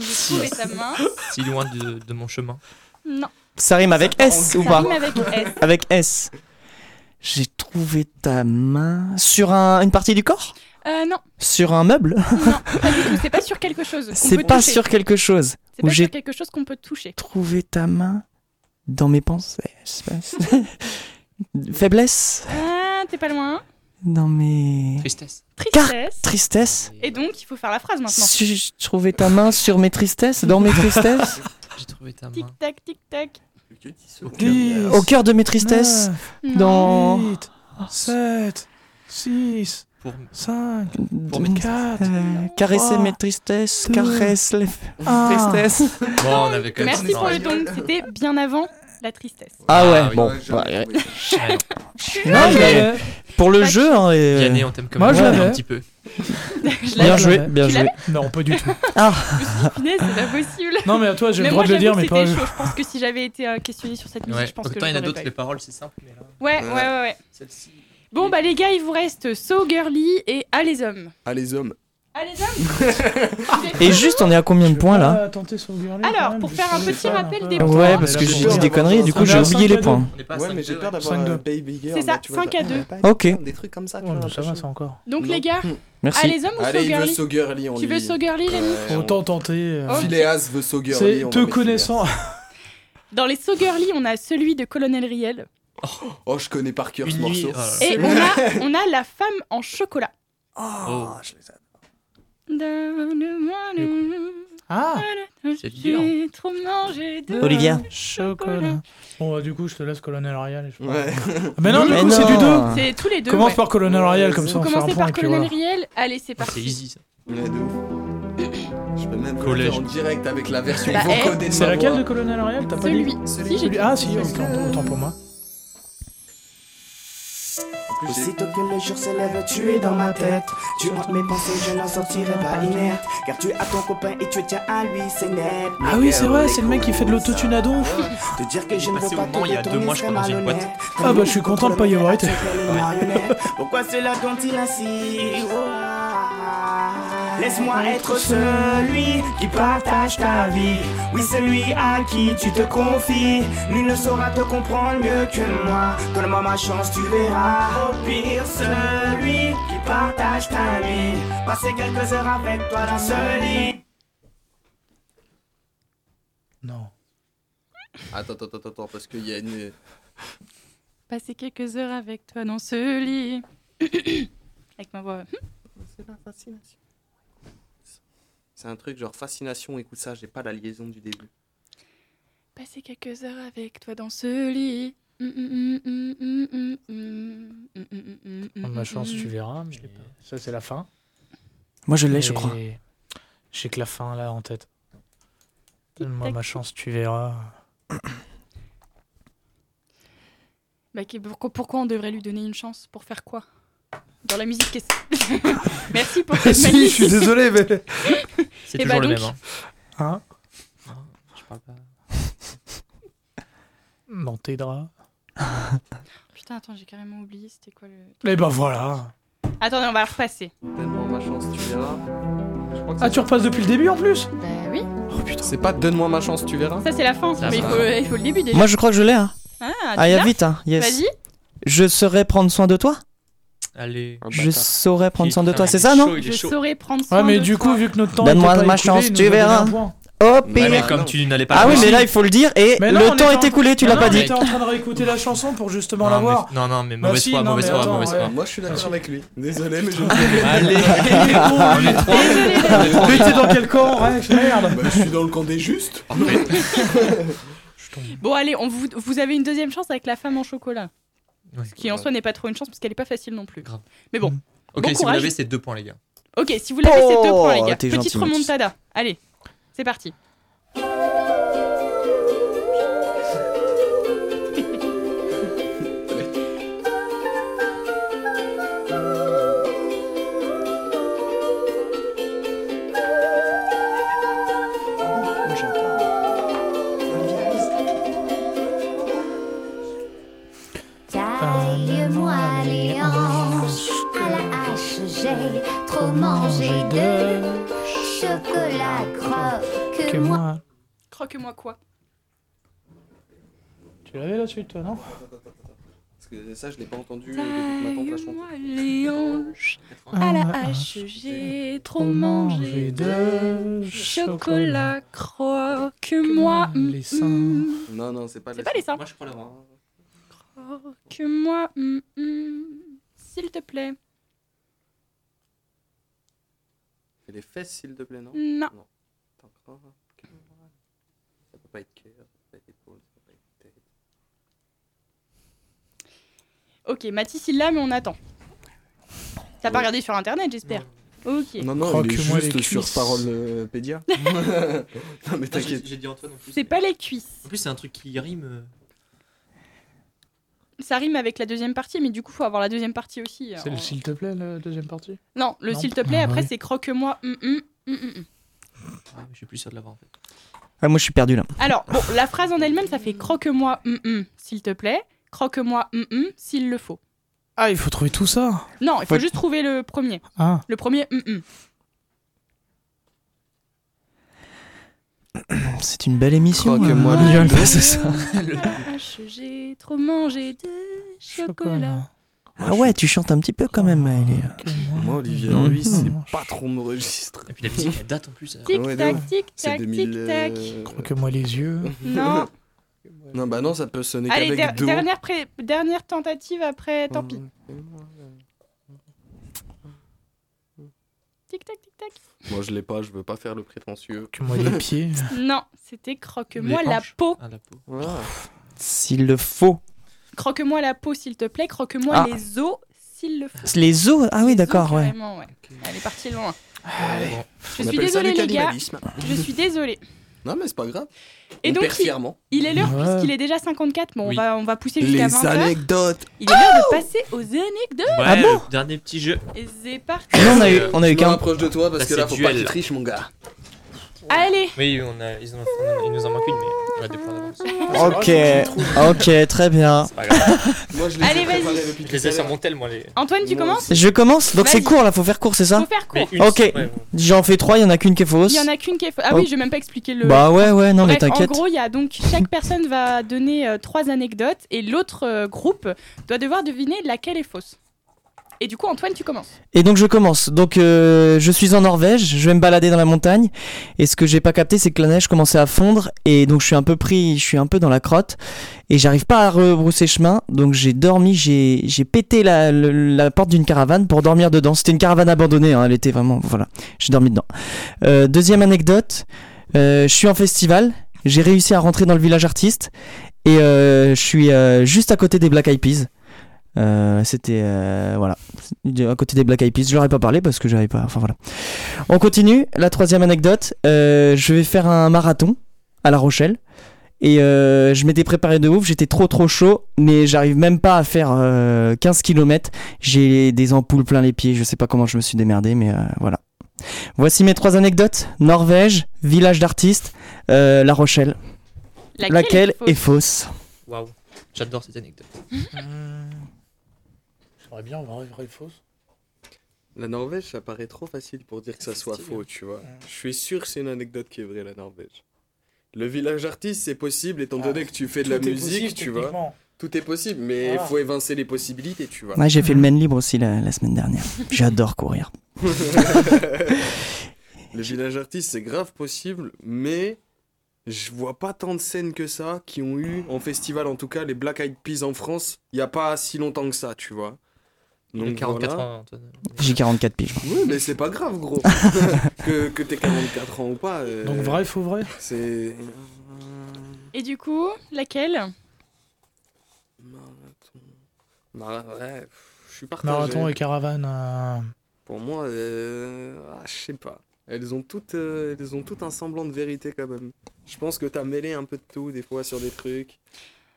j'ai trouvé ta main.
Si loin de, de mon chemin.
Non.
ça rime avec S ou
Ça
pas
rime avec S.
Avec S. J'ai trouvé ta main sur un- une partie du corps
Euh, non,
Sur un meuble
pas du tout. C'est pas sur quelque chose. qu'on
C'est
peut
pas
toucher.
sur quelque chose
C'est
où
pas
j'ai
sur quelque chose qu'on peut toucher.
trouvé ta main dans mes pensées. je sais pas. Faiblesse
Ah, t'es pas loin.
dans mes
Tristesse.
Tristesse.
tristesses.
Et donc, il faut faire la phrase maintenant.
Si J'ai trouvé ta main sur mes tristesses, dans mes tristesses,
J'ai trouvé ta
Tic
main.
tac, tic tac.
au cœur de mes tristesses, dans
8, 7, 6,
Pour...
5,
Pour mes
4,
Euh, caresser
Trois,
mes tristesses,
deux,
caresse les tristesses.
Bon, on avait quand même.
Merci
Non,
pour le don. C'était bien avant la
[laughs]
tristesse.
Ah ouais,
Ah oui.
bon.
Ouais,
bah, ouais.
ouais.
Non, mais
l'avais.
pour le
Tac.
jeu, hein, et, euh,
Vianney, on t'aime comme
Moi,
un
je
grand, mais
l'avais.
un petit peu.
Je l'avais.
bien
je
joué,
l'avais.
bien
Tu
joué.
Non, pas du tout.
Punaise, c'est pas possible.
Non, mais à toi, j'ai
Mais
le
moi,
droit de le dire,
j'avoue que
mais
c'était
pas.
chaud. Je pense que si j'avais été euh, questionnée sur cette musique,
Ouais.
je pense que
Autant il y en a
je l'aurais
d'autres,
pas
les
eu.
paroles, c'est simple, mais là,
Ouais, ouais, ouais, ouais.
celle-ci.
Bon, bah les gars, il vous reste So Girly et À les hommes.
Ah, les hommes.
À les
[laughs]
hommes
Et juste, on est à combien de points là
Alors, pour faire un petit rappel des points.
Ouais, parce que j'ai dit des conneries, et du coup j'ai oublié les points.
On est pas à
Ouais,
5,
mais j'ai
ouais.
peur d'avoir
5-2.
un baby girl.
C'est
là,
ça,
tu vois,
5 à
genre,
2.
on a pas
Ok.
Des trucs comme ça, tu vois,
Oh, Ça va,
machin.
c'est encore.
Donc
Non.
les gars, À
Merci.
les hommes ou So
Allez, il veut
Girly
So Girly, on
Tu veux
lui-
So Girly, les
Ouais,
mecs
on-
Autant tenter. euh,
Oh.
Phileas veut So Girly.
C'est
on
te
va mettre
connaissant.
Dans les So Girly, on a celui de Colonel Riel.
Phileas. Oh, je connais par cœur ce
Une nuit.
morceau.
oh là là.
Et on a, on a la femme en chocolat.
Oh,
J'ai
Ah
C'est dur.
trop mangé de
Olivia.
chocolat.
Bon, bah, du coup, je te laisse Colonel Royal. et je-
Ouais.
Ah, Mais non, du
Mais
coup, c'est
non.
du 2.
C'est tous les deux.
Commence
ouais.
par Colonel Royal, comme
Vous
ça on fait un
Commencez
point.
par
et puis
Colonel
voilà.
Riel. Allez, c'est
Ah, c'est
parti.
easy ça.
Ouais, de ouf. Je peux même
Collège.
le faire en direct avec la version
Bah, eh.
vocodée de
C'est
ma
laquelle
voix.
de Colonel Royal T'as pas dit
Celui. Si, j'ai
Celui-
dit.
Ah, si, autant, autant pour moi.
Aussitôt que le jour se lève, tu es dans ma tête. Tu hantes mes pensées, je n'en sortirai pas inerte. Car tu as ton copain et tu tiens à lui, c'est net.
Ah oui, c'est vrai, c'est le mec qui fait de l'autotune à donf.
Te dire que je ne veux
Passé au
pas
moment,
te
il y a deux
détourner
mois, je
serait
crois, dans une
malhonnête.
Ah bah, je suis content de pas y avoir été.
Contrôle la marionnette. [laughs] Pourquoi cela dont-il ainsi Laisse-moi être celui qui partage ta vie. Oui, celui à qui tu te confies. Nul ne saura te comprendre mieux que moi. Donne-moi ma chance, tu verras. Au pire, celui qui partage ta vie. Passer quelques heures avec toi dans ce lit.
Non.
Attends, attends, attends, attends, parce qu'il y a une.
Passer quelques heures avec toi dans ce lit. [coughs] Avec ma voix.
C'est la fascination. C'est un truc genre fascination, écoute ça, j'ai pas la liaison du début.
Passer quelques heures avec toi dans ce lit. Mm, Prendre
Ma chance, tu verras. mais Ça, c'est la fin.
Moi je l'ai, je crois.
Et J'ai que la fin là en tête.
Tic-tac.
Donne-moi ma chance, tu verras.
Bah, qui- pourquoi, pourquoi on devrait lui donner une chance Pour faire quoi Dans la musique qu'est-ce- [laughs] Merci
[laughs]
pour cette
Ah,
Eh,
si, je suis
magnifique.
désolé, mais.
C'est
Et
toujours
bah
le
donc-
même. Hein.
Hein
Je parle pas.
Dans tes draps.
Putain, attends, j'ai carrément oublié. C'était quoi le.
Eh
Et ben voilà.
Attendez, on va repasser.
Donne-moi ma chance, tu verras. Je crois que
Ah, tu repasses depuis le début en plus
Bah oui.
Oh putain.
C'est pas donne-moi ma chance, tu verras.
Ça, c'est la fin.
Ça
mais il
va.
faut, il faut le début déjà.
Moi je crois que je l'ai. Hein.
Ah,
Ah,
tu
y a
l'as
vite, hein. yes.
Vas-y.
Je saurais prendre soin de toi
Allez.
Je saurais prendre soin de toi, c'est ça non
Je saurais prendre soin
Ouais, Ah, mais
de
du
toi.
coup, vu que notre temps.
Donne-moi
était pas
ma
écoulé,
chance,
il nous
tu
a donné
verras.
un point.
Oh
Ouais, mais
pire
comme tu n'allais pas
Ah oui
le
mais
dire-
là il faut le dire et
Mais non, on
le temps est
était en-
écoulé, tu
Ah
l'as
non,
pas
on
dit.
était en train de réécouter la chanson pour justement
non,
l'avoir.
mais... non, non, mais
Bah
mauvaise
si,
foi,
non,
mauvaise
mais
foi,
attends,
mauvaise foi.
ouais.
Moi je suis d'accord
Vas-y.
avec lui. Désolé, mais je.
Allez,
[laughs]
on
Mais
est trois.
t'es dans quel camp Ouais, merde.
Bah, je suis dans le camp des justes.
Bon, allez, on vous, vous avez une deuxième chance avec la femme en chocolat.
[laughs]
Qui en soi n'est pas trop une chance parce qu'elle est pas facile non plus.
Grave.
Mais bon.
Ok,
Bon
si vous
courage.
l'avez, c'est deux points, les gars.
Ok, si vous l'avez, c'est deux
Oh,
points, les gars.
t'es
Petite
gentil, Mathis.
remontada. Allez, c'est parti.
Taille-moi les hanches à la hache, j'ai trop mangé de chocolat croque. Moi,
Croque-moi quoi
Tu l'avais là-dessus, toi, non
Parce que ça, je l'ai pas entendu
Taille-moi les hanches à la hache, j'ai trop mangé de chocolat, croque-moi, mm,
Les seins.
Non, non, c'est pas
C'est pas les seins.
Moi, je crois l'avoir. hein.
croque-moi, hum, hum, s'il te plaît.
C'est les fesses, s'il te plaît, non
Non.
T'as encore oh. Ça peut pas être cœur, ça peut pas être épaule, ça peut pas être tête.
Ok, Mathis, il l'a, mais on attend. T'as pas regardé sur internet, j'espère. Ok.
Non, non, il est
Croque-moi
juste
les
sur euh,
cuisses.
[laughs]
Parole-pédia. non, mais
Ah, J'ai
t'inquiète.
j'ai dit Antoine en plus.
C'est pas les cuisses.
En plus, c'est un truc qui rime. euh,
Ça rime avec la deuxième partie, mais du coup, faut avoir la deuxième partie aussi.
C'est le
Alors,
s'il te plaît, la deuxième partie
Non, le
Non.
s'il te plaît,
Ah,
après,
oui.
c'est croque-moi. hum, hum, hum, hum, hum.
ah, Je suis plus sûr de l'avoir en fait.
Ah, moi, je suis perdu là.
Alors, bon, la phrase en elle-même, ça fait croque-moi, hum, hum, s'il te plaît. Croque-moi, hum, hum, s'il le faut.
Ah, il faut trouver tout ça.
Non, il faut
Faut-
juste trouver le premier.
Ah,
Le premier, hum, hum.
C'est une belle émission. [laughs]
Croque-moi
euh,
Oh,
le-
Lionel, c'est ça.
Ah, J'ai trop mangé de chocolat.
chocolat.
Ah ouais, tu chantes un petit peu quand même. elle est- euh,
Moi, Olivier
Non.
Ruiz, c'est
Non.
pas trop mon registre.
Et puis la musique, elle date en plus. euh.
Ouais, de
Tic-tac,
ouf. C'est
tic-tac,
2000.
tic-tac.
euh,
Croque-moi les yeux.
[laughs]
Non.
Non, bah non, ça peut sonner
Allez, der-
qu'avec deux.
dernière, pré- dernière tentative après, tant
Hum.
pis. Tic-tac, tic-tac.
Moi, je l'ai pas, je veux pas faire le prétentieux.
Croque-moi les pieds.
Non, c'était croque-moi
Les
la
hanches.
peau.
Ah, la peau.
Voilà.
S'il le faut.
Croque-moi la peau, s'il te plaît. Croque-moi
Ah.
les os, s'il le faut.
Les os Ah oui, d'accord,
Os,
ouais.
carrément, ouais. Elle est partie loin.
bon.
Je
On
suis
appelle ça
désolée,
du
les gars.
cannibalisme.
Je suis désolée.
Non, mais c'est pas grave.
Et
On
donc,
perd
il-
fièrement.
Il est l'heure,
Ouais.
puisqu'il est déjà 54. Bon,
Oui.
on, va, on va pousser jusqu'à 20 heures.
anecdotes.
Il est l'heure de passer aux anecdotes.
Ouais,
Ah bon
le dernier petit jeu.
Et c'est parti.
Non, on a eu, on a eu
Je me
qu'un.
rapproche de toi parce
Là,
que là,
c'est
faut pas
duel.
que tu triches, mon gars.
Allez,
Oui, on a, ils, ont, on- ils nous en manquent une, mais on a des points d'avance.
Ok, ok, très bien.
C'est pas grave.
Moi, je les
Allez,
ai préparés
vas-y.
depuis
Je
tout
les ai
à
sur
l'heure.
mon tel, moi. Les...
Antoine, tu
Moi
commences
Je commence, donc c'est
Vas-y.
court là, faut faire court, c'est
Faut
ça
faire
Mais
court.
une,
Ok.
ouais, bon.
J'en fais trois, il y en a qu'une qui est
Il
fausse.
y en a qu'une qui est. fa- Ah oui, je vais même pas expliquer le.
Bah ouais, ouais, non, mais
Bref, en
t'inquiète.
gros, il y a donc chaque personne va donner euh, trois anecdotes et l'autre euh, groupe doit devoir deviner laquelle est fausse. Et du coup, Antoine, tu commences.
Et donc je commence. Donc euh, je suis en Norvège, je vais me balader dans la montagne. Et ce que j'ai pas capté, c'est que la neige commençait à fondre. Et donc je suis un peu pris, je suis un peu dans la crotte. Et j'arrive pas à rebrousser chemin. Donc j'ai dormi, j'ai j'ai pété la, le- la porte d'une caravane pour dormir dedans. C'était une caravane abandonnée, hein, elle était vraiment. Voilà, j'ai dormi dedans. Euh, deuxième anecdote, euh, je suis en festival. J'ai réussi à rentrer dans le village artiste. Et euh, je suis euh, juste à côté des Black Eyed Peas. Euh, c'était euh, voilà de- à côté des Black Eyed Peas. Je leur ai pas parlé parce que j'avais pas. Enfin voilà. On continue. La troisième anecdote. Euh, je vais faire un marathon à La Rochelle. Et euh, je m'étais préparé de ouf, j'étais trop trop chaud, mais j'arrive même pas à faire euh, 15 km. J'ai des ampoules plein les pieds, je sais pas comment je me suis démerdé, mais euh, voilà. Voici mes trois anecdotes. Norvège, village d'artistes, euh, La Rochelle. Laquelle,
est fausse
est fausse
Waouh, j'adore cette anecdote.
Mmh. J'aimerais bien avoir une vraie fausse.
La Norvège, ça paraît trop facile pour dire que ça soit faux, tu vois. Je suis sûr que c'est une anecdote qui est vraie, la Norvège. Le village artiste, c'est possible,
Ah.
étant donné que tu fais de la musique, tu vois. Tout est possible, mais il
Voilà.
faut évincer les possibilités, tu vois.
Ouais, j'ai fait le main libre aussi la, la semaine dernière. J'adore courir.
Le village artiste, c'est grave possible, mais je vois pas tant de scènes que ça qui ont eu, en festival en tout cas, les Black Eyed Peas en France, il y a pas si longtemps que ça, tu vois.
Il a
Donc
44
voilà.
ans, Antoine.
J'ai 44 piges.
Oui, mais c'est pas grave, gros. que que t'aies 44 ans ou pas. euh,
Donc vrai, faux, vrai
C'est.
Et du coup, laquelle
Marathon. Mara- ouais, pff, je suis partagé.
Marathon et caravane. euh,
Pour moi, euh, ah, je sais pas. Elles ont, toutes, euh, elles ont toutes un semblant de vérité quand même. Je pense que t'as mêlé un peu de tout des fois sur des trucs.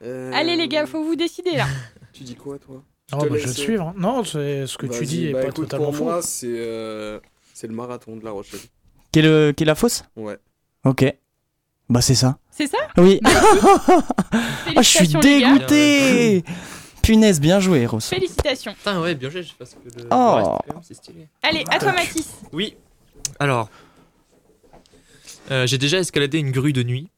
Euh,
Allez les gars, faut vous décider là.
Tu dis quoi toi
Oh,
te
bah, je vais
laisse.
te suivre. Non, c'est ce que tu
Vas-y,
dis est
bah,
pas
écoute,
totalement
Pour
faux.
moi, c'est euh, c'est le marathon de La Rochelle.
Qui est, le, qui est la fausse
Ouais.
Ok. Bah c'est ça.
C'est ça
Oui. Ah, je suis
Félicitations, les gars.
dégoûté Punaise, bien joué, Rose.
Félicitations.
Putain, ouais, bien joué, je pense que le,
Oh.
le reste, quand même, c'est stylé.
Allez, à toi Mathis.
Oui, alors. euh, j'ai déjà escaladé une grue de nuit.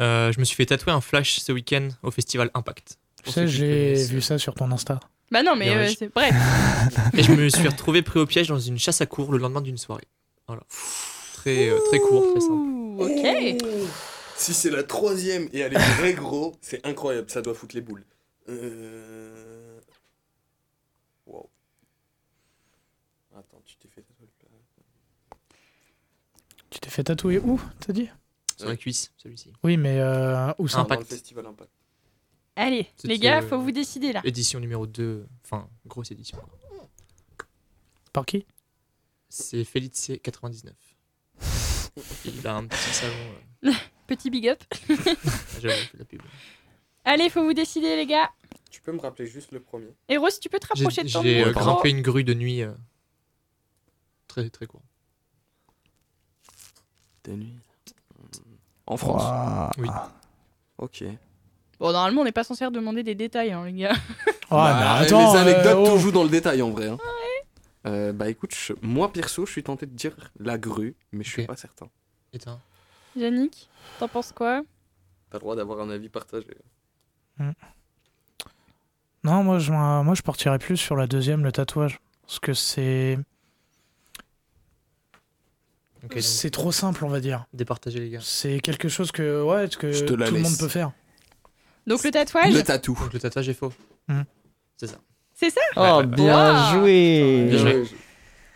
Euh, je me suis fait tatouer un flash ce week-end au festival Impact.
Tu sais, j'ai vu ça sur ton Insta.
Bah non, mais
Bien,
euh,
je-
c'est bref.
Et je me suis retrouvé pris au piège dans une chasse à cours le lendemain d'une soirée. Voilà. Très, euh, très court, très simple.
Ok.
Oh. Si c'est la troisième et elle est vraie [laughs] gros, c'est incroyable, ça doit foutre les boules. Euh... Wow. Attends, tu t'es fait
Tu t'es fait tatouer où, t'as dit
Sur la cuisse, celui-ci.
Oui, mais euh, où ça
Impact.
festival Impact.
Allez,
C'était,
les gars,
euh,
faut vous décider là.
Édition numéro 2, enfin, grosse édition. quoi.
Par qui
C'est Felice 99. Il a un petit salon, euh,
Petit big up.
j'avoue, il fait de la pub.
Allez, faut vous décider, les gars.
Tu peux me rappeler juste le premier
Et Rose, tu peux te rapprocher
J'ai
de ton
j'ai, euh,
micro.
grimpé une grue de nuit. euh, très, très court.
En France
Oui.
Ok.
Bon, normalement, on n'est pas censé demander des détails, hein, les gars.
Bah,
Ah, mais attends,
les anecdotes
euh, oh.
toujours dans le détail en vrai. hein. Euh, bah écoute, je- moi perso, je suis tenté de dire la grue, mais je suis
Ok.
pas certain.
Et toi
Yannick, t'en penses quoi
T'as le droit d'avoir un avis partagé.
Non, moi je, moi je partirais plus sur la deuxième, le tatouage. Parce que c'est.
Ok, donc,
C'est trop simple, on va dire.
départagez les gars.
C'est quelque chose que, ouais, que
Je te
tout
la
le monde
laisse.
peut faire.
Donc, le tatouage,
Le tatou.
Donc le tatouage est faux.
Hmm.
C'est ça.
c'est ça
Oh,
ouais.
bien
Wow.
joué
Bien joué. Il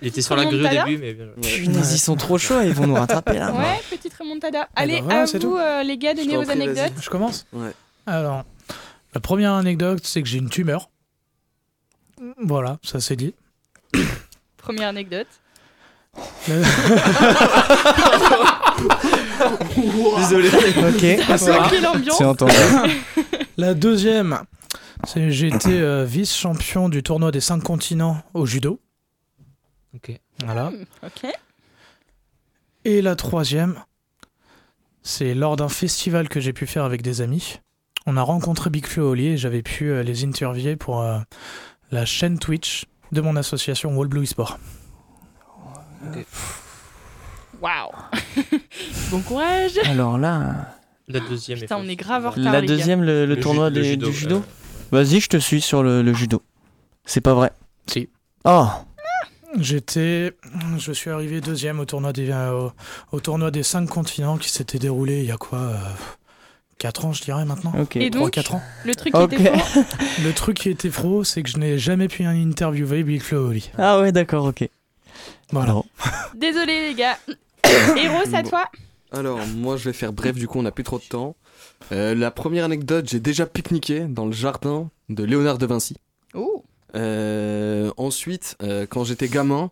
Petite
était sur la grue au
remontada.
début, mais euh, bien joué.
Punaise, ils sont trop chauds, ils vont nous rattraper là.
Ouais, petite
Eh ben
remontada. Allez,
bah voilà,
à
c'est
vous,
tout.
euh, les gars,
Je
donnez
t'en
vos
prie, vas-y.
anecdotes.
Je commence
Ouais.
Alors, la première anecdote, c'est que j'ai une tumeur. Voilà, ça c'est
[laughs]
dit.
Première anecdote.
Désolé.
[laughs]
Ok,
Ok, l'ambiance.
c'est entendu.
La deuxième, c'est j'ai été euh, vice-champion du tournoi des cinq continents au judo.
Ok.
Voilà.
Ok.
Et la troisième, c'est lors d'un festival que j'ai pu faire avec des amis. On a rencontré Big Flo et Oli et j'avais pu euh, les interviewer pour euh, la chaîne Twitch de mon association Wall Blue Esport.
Waouh. [laughs] bon courage.
Alors là,
La deuxième
Putain,
est
on
fausse.
est grave en retard.
la
les
deuxième, le, le
ju-
tournoi
le
des- du judo.
euh,
Vas-y, je te suis sur le, le judo. C'est pas vrai.
Si.
Oh,
J'étais, je suis arrivé deuxième au tournoi des euh, au, au tournoi des cinq continents qui s'était déroulé il y a quoi euh, quatre ans je dirais maintenant.
ok.
Et donc-
Trois, quatre ans.
gars. Le truc
Ok.
qui était faux.
Le truc qui était faux, c'est que je n'ai jamais pu interviewer Big Flo et Oli.
Ah ouais, d'accord, ok.
Voilà.
Alors,
Désolé, les
[coughs]
gars. Héros, c'est à
Bon.
toi.
Alors, moi, je vais faire bref, du coup, on n'a plus trop de temps. Euh, la première anecdote, j'ai déjà pique-niqué dans le jardin de Léonard de Vinci.
Oh.
Euh, ensuite, euh, quand j'étais gamin,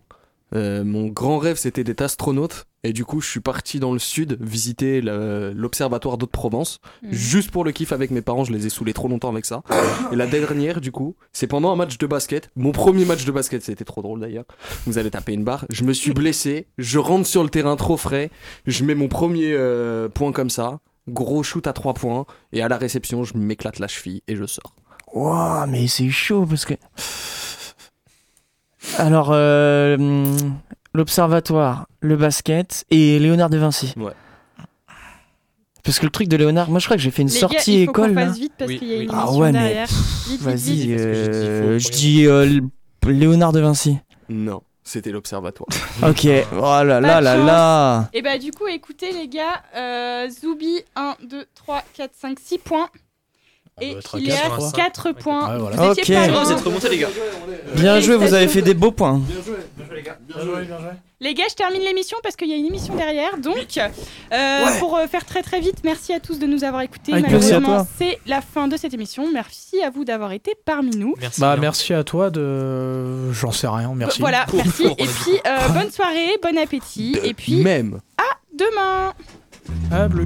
euh, mon grand rêve, c'était d'être astronaute. Et du coup, je suis parti dans le sud visiter le- l'observatoire d'Haute-Provence.
Hmm. Mhm.
Juste pour le kiff avec mes parents, je les ai saoulés trop longtemps avec ça. Et la dernière, du coup, c'est pendant un match de basket. Mon premier match de basket, c'était trop drôle d'ailleurs. Vous allez taper une barre. Je me suis blessé. Je rentre sur le terrain trop frais. Je mets mon premier euh, point comme ça. Gros shoot à 3 points. Et à la réception, je m'éclate la cheville et je sors.
Ouah, mais c'est chaud parce que. Alors, euh, hum, l'observatoire, le basket et Léonard de Vinci.
Ouais.
Parce que le truc de Léonard, moi je crois que j'ai fait une
Les gars,
sortie
il faut qu'on
école. là.
fasse vite parce
Oui,
qu'il y a
oui.
une
Ah
émission
ouais, mais
derrière. Vite, vite, vite.
Vas-y,
parce que j'ai dit faux,
euh, je
pour
dis euh, l- Léonard de Vinci.
Non, c'était l'observatoire.
[laughs]
Ok, oh là là
de
là
chance.
là.
Et bah du coup, écoutez les gars, euh, Zoubi 1, 2, 3, 4, 5, 6 points. Et
bah, très
il est à
quatre, hein.
4 points.
Ouais, voilà.
Vous étiez
Ok.
pas
Ah,
loin.
vous êtes remontés, les gars.
Bien joué, vous avez fait des beaux points.
Les gars, je termine l'émission parce qu'il y a une émission derrière. Donc, euh, pour euh, faire très très vite, merci à tous de nous avoir écoutés.
Avec
plaisir.
Malheureusement,
Merci
c'est la fin de cette émission. Merci à vous d'avoir été parmi nous.
Merci.
Bah
bien.
merci à toi de, j'en sais rien, merci.
Voilà,
Cours,
[laughs]
merci.
cours, on
Et
a dit
puis, euh, bonne soirée, bon appétit. Et puis,
Même.
demain
Ah, bleu.